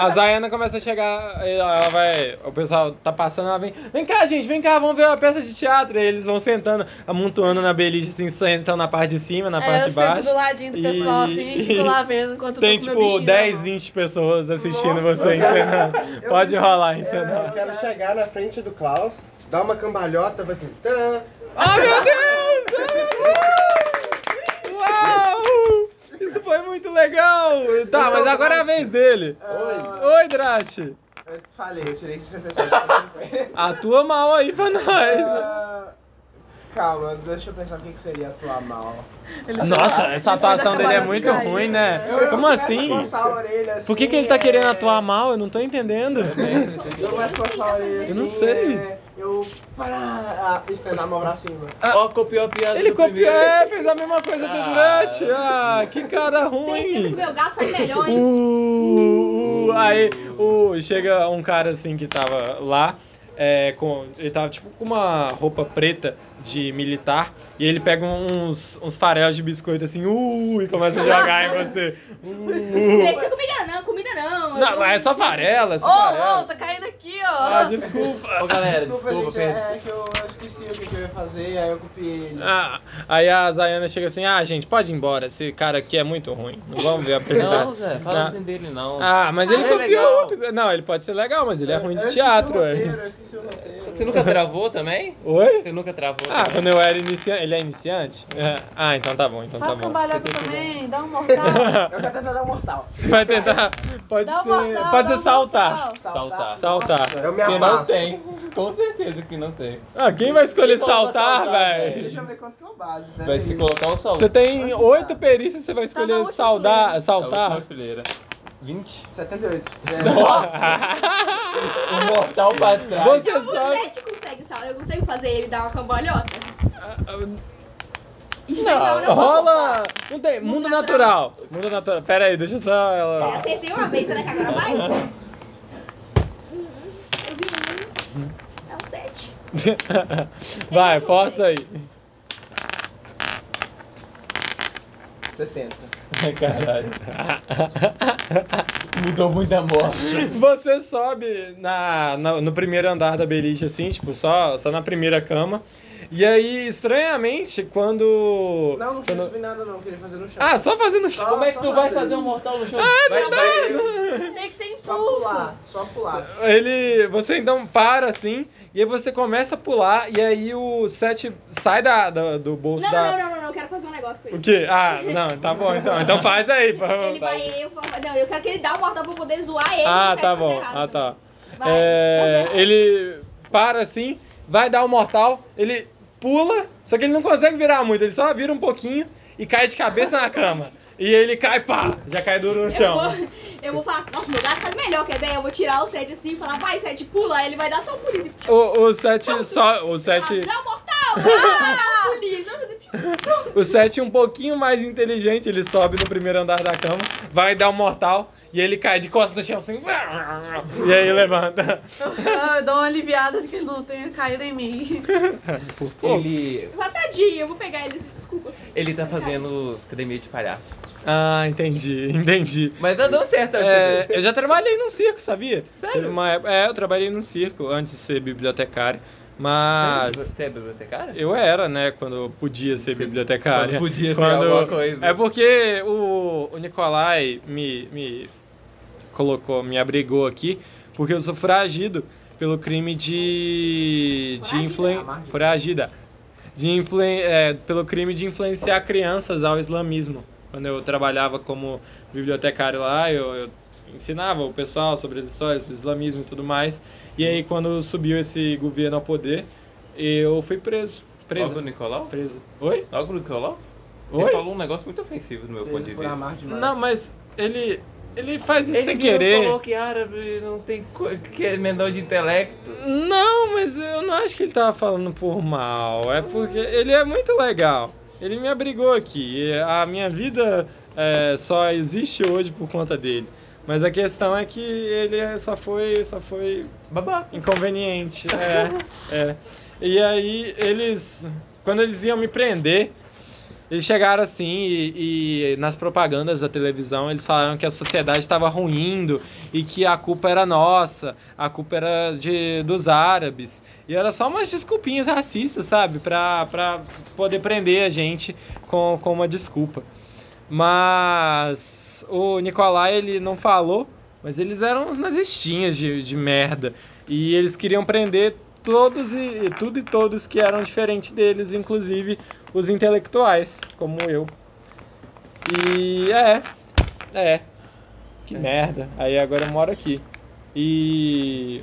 A Zayana começa a chegar, ela vai. O pessoal tá passando, ela vem. Vem cá, gente, vem cá, vamos ver uma peça de teatro. E eles vão sentando, amontoando na beliche, assim, sentando na parte de cima, na
Aí
parte
É, eu
de baixo.
sento do ladinho do pessoal
e-
assim e fico lá vendo enquanto eu
Tem
tô com meu
tipo
bichinho né? na
10,
mão.
20 pessoas assistindo
Nossa,
você encenando.
Eu
Pode
preciso-
rolar,
eu-
encenar.
Eu quero chegar na frente do Klaus, dar uma cambalhota, falar assim, tcharam!
Ah, meu Deus! Ah, meu Deus! Uau! Isso foi muito legal! Tá, mas agora é a vez dele.
Ah,
Oi, Drati!
Eu falei, eu tirei 67. Ah,
Atua mal aí pra
Ah.
nós.
Calma, deixa eu pensar o que, que seria atuar mal.
Nossa, essa atuação dele é
trabalhando
muito
de cair.
ruim, né?
Eu- eu
Como
começo a
assim?
coçar a orelha, assim,
Por que, que ele tá
é,
querendo atuar mal? Eu não tô entendendo.
Eu começo a
tá
coçar a orelha assim.
Eu não sei.
é, Eu. Pará! ah, Estender a mão pra cima.
Ó, copiou a piada
Ah. Ele
do
copiou,
primeiro.
é, fez a mesma coisa do
Ah.
Drati. Ah, que cara
Certeza que
ruim.
meu gato faz melhor, hein?
Uh, uh, aí uh, chega um cara assim que tava lá, é, com, ele tava tipo com uma roupa preta de militar, e ele pega uns, uns farelos de biscoito assim, uh, e começa a jogar em você. Uh,
Não tem comida não, comida não. eu
Não,
tô-
mas é só farelo, é
Ô,
só
ô,
farelo.
tá caindo aqui, ó.
Ah, desculpa.
Ô, galera, desculpa,
gente,
per-
é que eu, eu esqueci o que, que eu ia fazer, aí eu copiei ele.
Ah, aí a Zayana chega assim, ah, gente, pode ir embora, esse cara aqui é muito ruim, não vamos ver a apresentar.
Não, Zé, fala
Não.
assim dele não.
Ah, mas ele
Ah, é
copiou
legal.
outro. Não, ele pode ser legal, mas ele é ruim
Eu
de
esqueci o
teatro.
roteiro,
é.
Eu esqueci o roteiro.
Você nunca travou também?
Oi?
Você nunca travou?
Ah,
também?
quando eu era iniciante. Ele é iniciante? É. Ah, então tá bom, então
Faz
tá bom.
cambalhota também, dá um mortal.
Eu quero tentar dar um mortal.
Você vai tentar. Pode
dá um
ser.
mortal.
pode
dá
ser
um
saltar.
mortal.
Tá,
Saltar.
Saltar.
Nossa.
Eu me
Que não
afasto.
tem. Com certeza que não tem.
Ah, quem vai escolher
Quem coloca
saltar,
saltar,
velho?
Deixa eu ver quanto que é o base, peraí.
Vai se colocar o sol.
Você tem
Nossa.
oito perícias, você vai
na
escolher
última
saudar,
A
saltar.
Tá última fileira. 20.
78.
O mortal pra trás.
Você
Então,
sabe.
O Zete consegue, sal- eu consigo fazer ele dar uma cambalhota? Isso aí
Não,
eu não posso
Ah, Rola!
usar.
Não tem. Mundo
Mundo Tá.
natural. Mundo natural. Pera aí, deixa só
Eu
ela.
Acertei uma vez, será que agora vai? Uhum, Eu vi
Uhum.
um. É um sete.
Vai, força aí.
60.
Caralho. Mudou muito a morte.
Você sobe na, na- no primeiro andar da beliche, assim, tipo, só, só na primeira cama. E aí, estranhamente, quando.
Não, não queria
quando...
subir nada não, queria fazer no chão.
Ah, só fazendo
Só-
show.
Como é que tu vai fazer um mortal no chão? Ah, vai, vai,
Tem que ter
Só
impulso.
pular, só pular.
Ele. Você então para assim, e aí você começa a pular, e aí o set sai da, da- do bolso
Não,
da.
não, não, não, não, eu quero fazer um negócio com
O
ele.
quê? Ah, não, tá bom então. Então faz aí, por favor.
Ele vai, eu vou. Não, eu quero que ele dá um mortal pra eu poder zoar ele.
Ah,
não quero
tá
fazer
bom.
errado.
Ah, tá.
Vai,
É,
fazer errado.
ele para assim, vai dar o mortal, ele pula, só que ele não consegue virar muito, ele só vira um pouquinho e cai de cabeça na cama. E ele cai, pá, já cai duro no
Eu
chão.
vou, eu vou falar, nossa, meu gato faz melhor, quer ver? Eu vou tirar o Sete assim e falar, vai, Sete, pula. Aí ele vai dar só um pulinho. assim,
O, o Sete só. O Sete.
Ah, não, mortal! Ah, um pulinho. Não, mas é pior.
O Sete um pouquinho mais inteligente, ele sobe no primeiro andar da cama, vai dar o mortal. E ele cai de costas no chão assim. E aí levanta.
Eu, eu dou uma aliviada de que ele não tenha caído em mim.
Por pouco.
Ele,
Fala, tadinho, eu vou pegar ele. Desculpa. filho.
ele tá fazendo academia de palhaço.
Ah, entendi, entendi.
Mas tá dando certo,
É,
é...
eu já trabalhei num circo, sabia?
Sério?
Teve uma época- é, eu trabalhei num circo antes de ser bibliotecário. Mas
Você é bibliotecária?
eu era, né, quando eu podia ser bibliotecária.
Quando podia ser
Quando-
alguma coisa.
É porque o, o Nicolai me, me colocou, me abrigou aqui, porque eu sou foragido pelo crime de. de
Foragida,
influen,
amarga.
Foragida. De influen, é, pelo crime de influenciar crianças ao islamismo. Quando eu trabalhava como bibliotecário lá, eu, eu ensinava o pessoal sobre as histórias do islamismo e tudo mais. E aí, quando subiu esse governo ao poder, eu fui preso.
Logo o
Preso.
Nicolau?
Preso. Oi?
Logo o Nicolau? Ele
Oi?
falou um negócio muito ofensivo no meu ponto de
Por
vista.
amar demais.
Não, mas ele. Ele faz isso
Ele
sem
virou e
querer.
falou que árabe não tem co- que é menor de intelecto.
Não, mas eu não acho que ele tava falando por mal. É porque ele é muito legal. Ele me abrigou aqui. e A minha vida é, só existe hoje por conta dele. Mas a questão é que ele é- só foi, só foi
Babaca.
inconveniente. É, é. E aí eles, quando eles iam me prender, eles chegaram assim e, e nas propagandas da televisão eles falaram que a sociedade estava ruindo e que a culpa era nossa, a culpa era de, dos árabes. E era só umas desculpinhas racistas, sabe? Pra, pra poder prender a gente com, com uma desculpa. Mas o Nicolai, ele não falou, mas eles eram uns nazistinhas de, de merda. E eles queriam prender todos e tudo e todos que eram diferentes deles, inclusive os intelectuais, como eu. E é, é. Que merda. Aí agora eu moro aqui. E,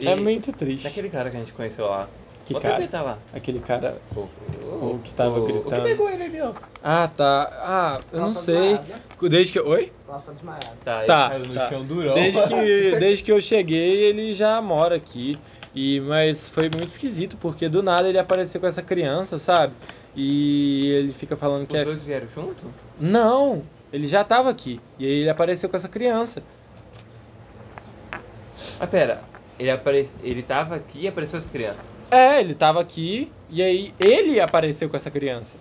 E
é muito triste.
Aquele cara que a gente conheceu lá.
Que
Quanto tempo
cara?
ele tá lá?
Aquele cara.
O,
o que tava
O que
gritando.
pegou ele ali, ó.
Ah, tá. Ah, eu não
Nossa,
sei.
desmaiado, né?
Desde que. Oi?
Nossa, desmaiado.
Tá, ele
Tá,
caiu no
tá.
chão durão.
Desde que, desde que eu cheguei, ele já mora aqui. E, mas foi muito esquisito, porque do nada ele apareceu com essa criança, sabe? E ele fica falando
Os
que é.
dois vieram junto?
Não! Ele já tava aqui. E aí ele apareceu com essa criança.
Ah, pera. Ele, apare... ele tava aqui e apareceu as crianças.
É, ele tava aqui. E aí ele apareceu com essa criança.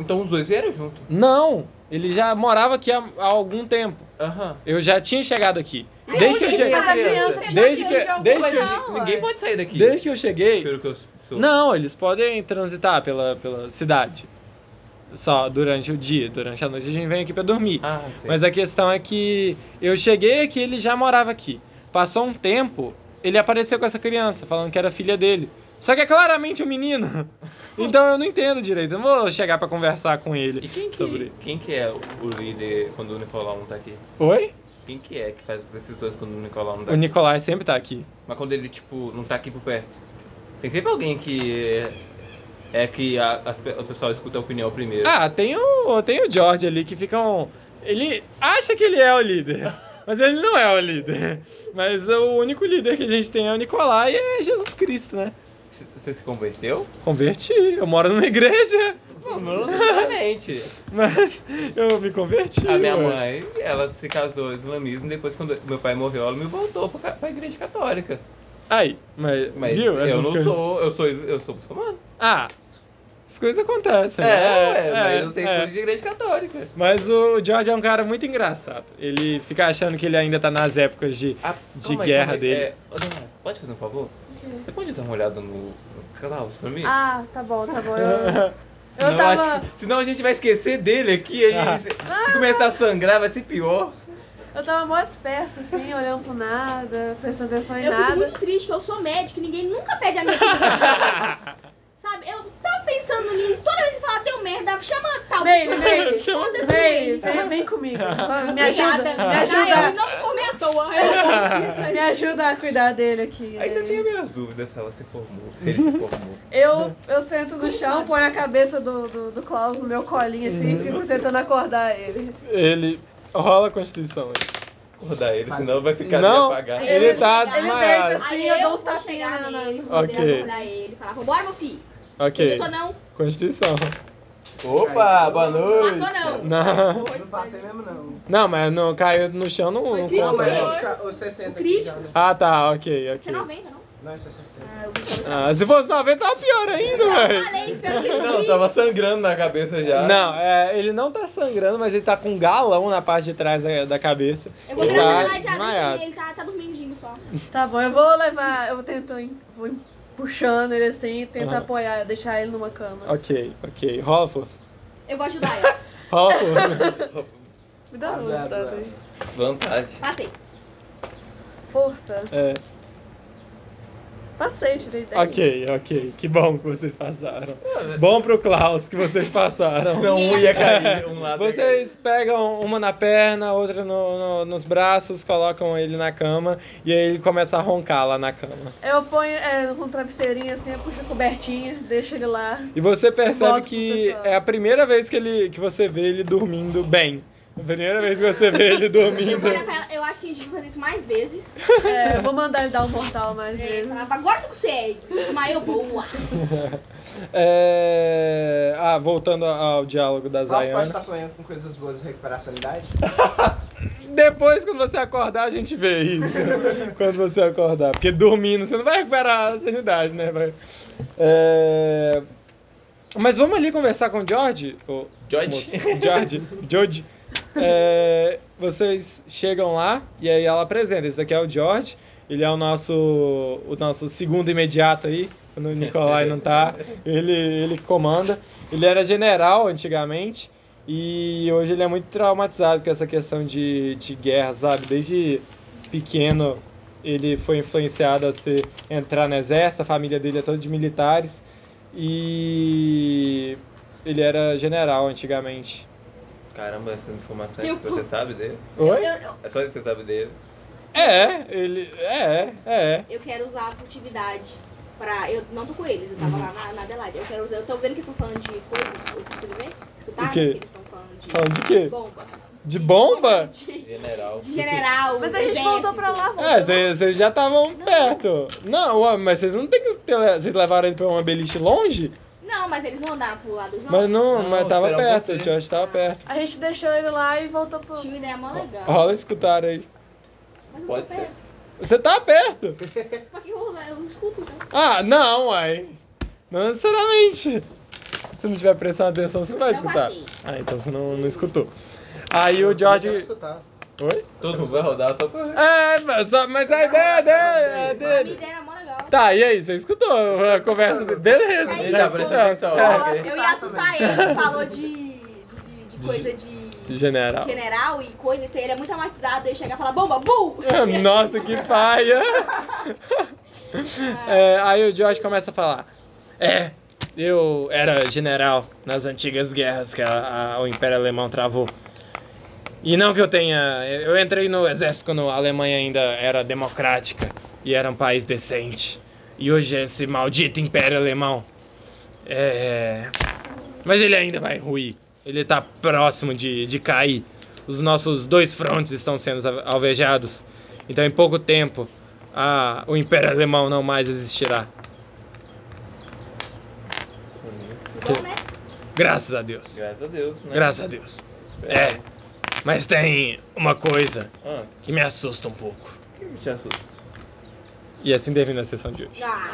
Então os dois vieram junto.
Não! Ele já morava aqui há, há algum tempo.
Aham.
Eu já tinha chegado aqui.
Aí
Desde que eu
onde
cheguei.
ele tá,
Desde
criança?
Desde
Tá
que,
criança de
desde que eu,
alguma
che-
coisa?
Ninguém pode sair daqui.
desde que eu cheguei,
Pelo que eu sou.
Não, eles podem transitar pela, pela cidade. Só durante o dia, durante a noite a gente vem aqui pra dormir.
Ah, sei.
Mas a questão é que eu cheguei aqui, ele já morava aqui. Passou um tempo, ele apareceu com essa criança, falando que era filha dele. Só que é claramente um menino. Então eu não entendo direito. Eu não vou chegar pra conversar com ele.
E quem que,
sobre-
quem que é o o líder quando o Nicolau não tá aqui?
Oi?
Quem que é que faz as decisões quando o Nicolau não tá
O
aqui?
Nicolai sempre tá aqui.
Mas quando ele, tipo, não tá aqui por perto. Tem sempre alguém que. É que a, as pe- o pessoal escuta a opinião primeiro.
Ah, tem o, tem o George ali que fica um. Ele acha que ele é o líder, mas ele não é o líder. Mas o único líder que a gente tem é o Nicolai e é Jesus Cristo, né?
C- Você se converteu?
Converti, eu moro numa igreja,
Não, não necessariamente.
mas eu me converti.
A minha
ué.
mãe, ela se casou ao islamismo, depois quando meu pai morreu, ela me voltou pra, ca- pra igreja católica.
Aí, mas,
Mas
viu?
eu
essas
não
coisas?
sou, eu sou, is- eu sou muçulmano.
Ah, as coisas acontecem.
É,
né?
ué, mas eu sei
é.
coisa de igreja católica.
Mas o George é um cara muito engraçado. Ele fica achando que ele ainda tá nas épocas de.
Ah,
De
calma aí,
guerra
calma aí.
dele.
É, ô, Dona, pode fazer um favor? Você pode dar uma olhada no, no Klaus pra mim?
Ah, tá bom, tá bom. Eu, eu
Senão
tava.
acho que- senão a gente vai esquecer dele aqui, aí
Ah.
se, se começar a sangrar vai ser pior.
Eu tava mó dispersa, assim, olhando pro nada, prestando atenção em
Eu fico
nada.
muito triste, que eu sou médico e ninguém nunca pede a minha opinião. Sabe, eu tava pensando nisso, toda vez que falar deu merda, chama tal
Meire,
pessoa.
Meire,
Chama-
Foda-se
Vem,
ele.
vem, vem comigo. Vamos, Me
Obrigada.
ajuda, me
Ah, eu
ajuda.
não me formei à toa. Eu não
Me ajuda a cuidar dele aqui. né?
Ainda tenho minhas dúvidas se ela se formou, se ele se formou.
Eu, eu sento no chão, ponho a cabeça do, do, do Klaus no meu colinho assim e fico tentando acordar ele.
Ele rola a Constituição. né?
Acordar ele, senão vai ficar
Não.
de apagar.
Ele
Ele
tá
chega-
desmaiado.
Ele deita assim,
Aí
eu,
eu
dou uns
vou
tapinhas
chegar
na- na-
nele,
Ok.
okay. ele, tá falar, vambora meu filho.
Ok.
Eu não.
Constituição.
Opa, boa noite.
Passou não.
Não,
Não passei mesmo, não.
não mas não caiu no chão, não, não
Crítico,
Não,
conta.
mas
não.
crítico.
é os 60 aqui
Crítico.
já. né?
Ah, tá, ok,
Você
ok.
não vem, não?
Não, isso é 60.
Ah, eu vi que eu
Ah, se fosse 90, tava pior ainda,
Eu
velho.
falei, espero que
Não, tá
não,
tava sangrando na cabeça já.
Não, é, ele não tá sangrando, mas ele tá com um galão na parte de trás da, da cabeça.
Eu vou
Ele
gravar
tá
na live de
desmaiado.
anúncio e ele tá, tá dormindinho só.
Tá bom, eu vou levar. Eu tento em- vou em- puxando ele assim, tento
Aham.
apoiar, deixar ele numa cama.
Ok, ok. Rola a força.
Eu vou ajudar ela.
Rola a força.
Me dá luz,
Azar,
dá
azar.
luz.
Vantagem.
Passei.
Força.
É,
Passei, tirei
É
10.
ok, ok. Que bom que vocês passaram.
Ah,
Bom pro Klaus que vocês passaram.
Não, um ia cair, um lado. ia cair.
Vocês pegam uma na perna, outra no- no- nos braços, colocam ele na cama e aí ele começa a roncar lá na cama.
Eu ponho é, com um travesseirinho assim, eu puxo a cobertinha, deixo ele lá.
E você percebe
Volto pro
que
pessoal.
é a primeira vez que, ele, que você vê ele dormindo bem. A primeira vez que você vê ele
Eu,
dormindo.
vou olhar pra ela, eu acho que a gente vai fazer isso mais vezes.
É, eu vou mandar ele dar um mortal mais
É,
vezes.
falava, agora você consegue. Desmaiou, boa.
É, Ah, voltando ao diálogo da
Ralph pode
Zayana.
estar tá sonhando com coisas boas e recuperar a sanidade?
Depois, quando você acordar, a gente vê isso. quando você acordar. Porque dormindo, você não vai recuperar a sanidade, né? Vai- É, Mas vamos ali conversar com o George? ô,
George.
moço. George. George. É, vocês chegam lá e aí ela apresenta. Esse daqui é o George. Ele é o nosso, o nosso segundo imediato aí. Quando o Nicolai não tá, ele, ele que comanda. Ele era general antigamente e hoje ele é muito traumatizado com essa questão de, de guerra, sabe? Desde pequeno ele foi influenciado a ser, entrar no exército, a família dele é toda de militares e ele era general antigamente.
Caramba, essa informação é
Eu-
isso que você sabe dele?
Eu,
Oi?
eu- eu-
É só isso que você sabe dele?
É, ele. É, é.
eu quero usar a furtividade pra. Eu não tô com eles, eu tava lá na, na Adelaide. Eu quero usar. Eu tô vendo que eles estão falando de coisa. Eu consigo ver? Escutar
O
né, que
quê?
eles estão falando de.
Falando de quê?
Bomba.
De bomba?
De,
General.
de general.
Mas a gente
exército.
voltou pra lá,
É,
voltou.
vocês já estavam
Não.
perto. Não, ué, mas vocês não tem que. ter- Vocês levaram ele pra uma beliche longe?
Não, mas eles não andaram pro lado do João.
Mas não,
Não,
mas tava
esperar
perto,
você.
o George tava perto.
A gente deixou ele lá e voltou pro.
Tive ideia mó legal.
Rola escutar aí.
Mas eu
Pode
tô
ser.
perto.
Você tá perto?
Só que eu, eu escuto, né?
Ah, não, uai. Não necessariamente. Se não tiver prestando atenção, você não vai
Não
escutar.
passei.
Ah, então você não, não escutou. Aí o George.
Eu quero escutar.
Oi?
Todo mundo vai rodar só pra.
É, mas, só- mas a ideia dele, é
A
dele.
minha ideia era mó legal.
Tá, e aí, você escutou a conversa dele? Beleza,
Aí,
você
Ele
tá
tá prestando
escutando.
atenção.
É.
ok.
Eu ia assustar ele. Falou de, de, de- de coisa de,
General.
general e coisa. Então ele é muito amatizado. Ele chega e fala, bomba, bu!
Ah, Nossa, que paia! É, aí o George começa a falar: É, eu era general nas antigas guerras que a- a- o Império Alemão travou. E não que eu tenha. Eu entrei no exército quando a Alemanha ainda era democrática e era um país decente. E hoje é esse maldito Império Alemão. É. Mas ele ainda vai ruir. Ele tá próximo de, de cair. Os nossos dois frontes estão sendo al- alvejados. Então, em pouco tempo, a- o Império Alemão não mais existirá.
Sumiu.
Bom, né?
Graças a Deus.
Graças a Deus, né?
Graças a Deus.
Espera.
É. Mas tem uma coisa
Ah,
que me assusta um pouco.
por que te assusta?
E assim termina a sessão de hoje.
Ah.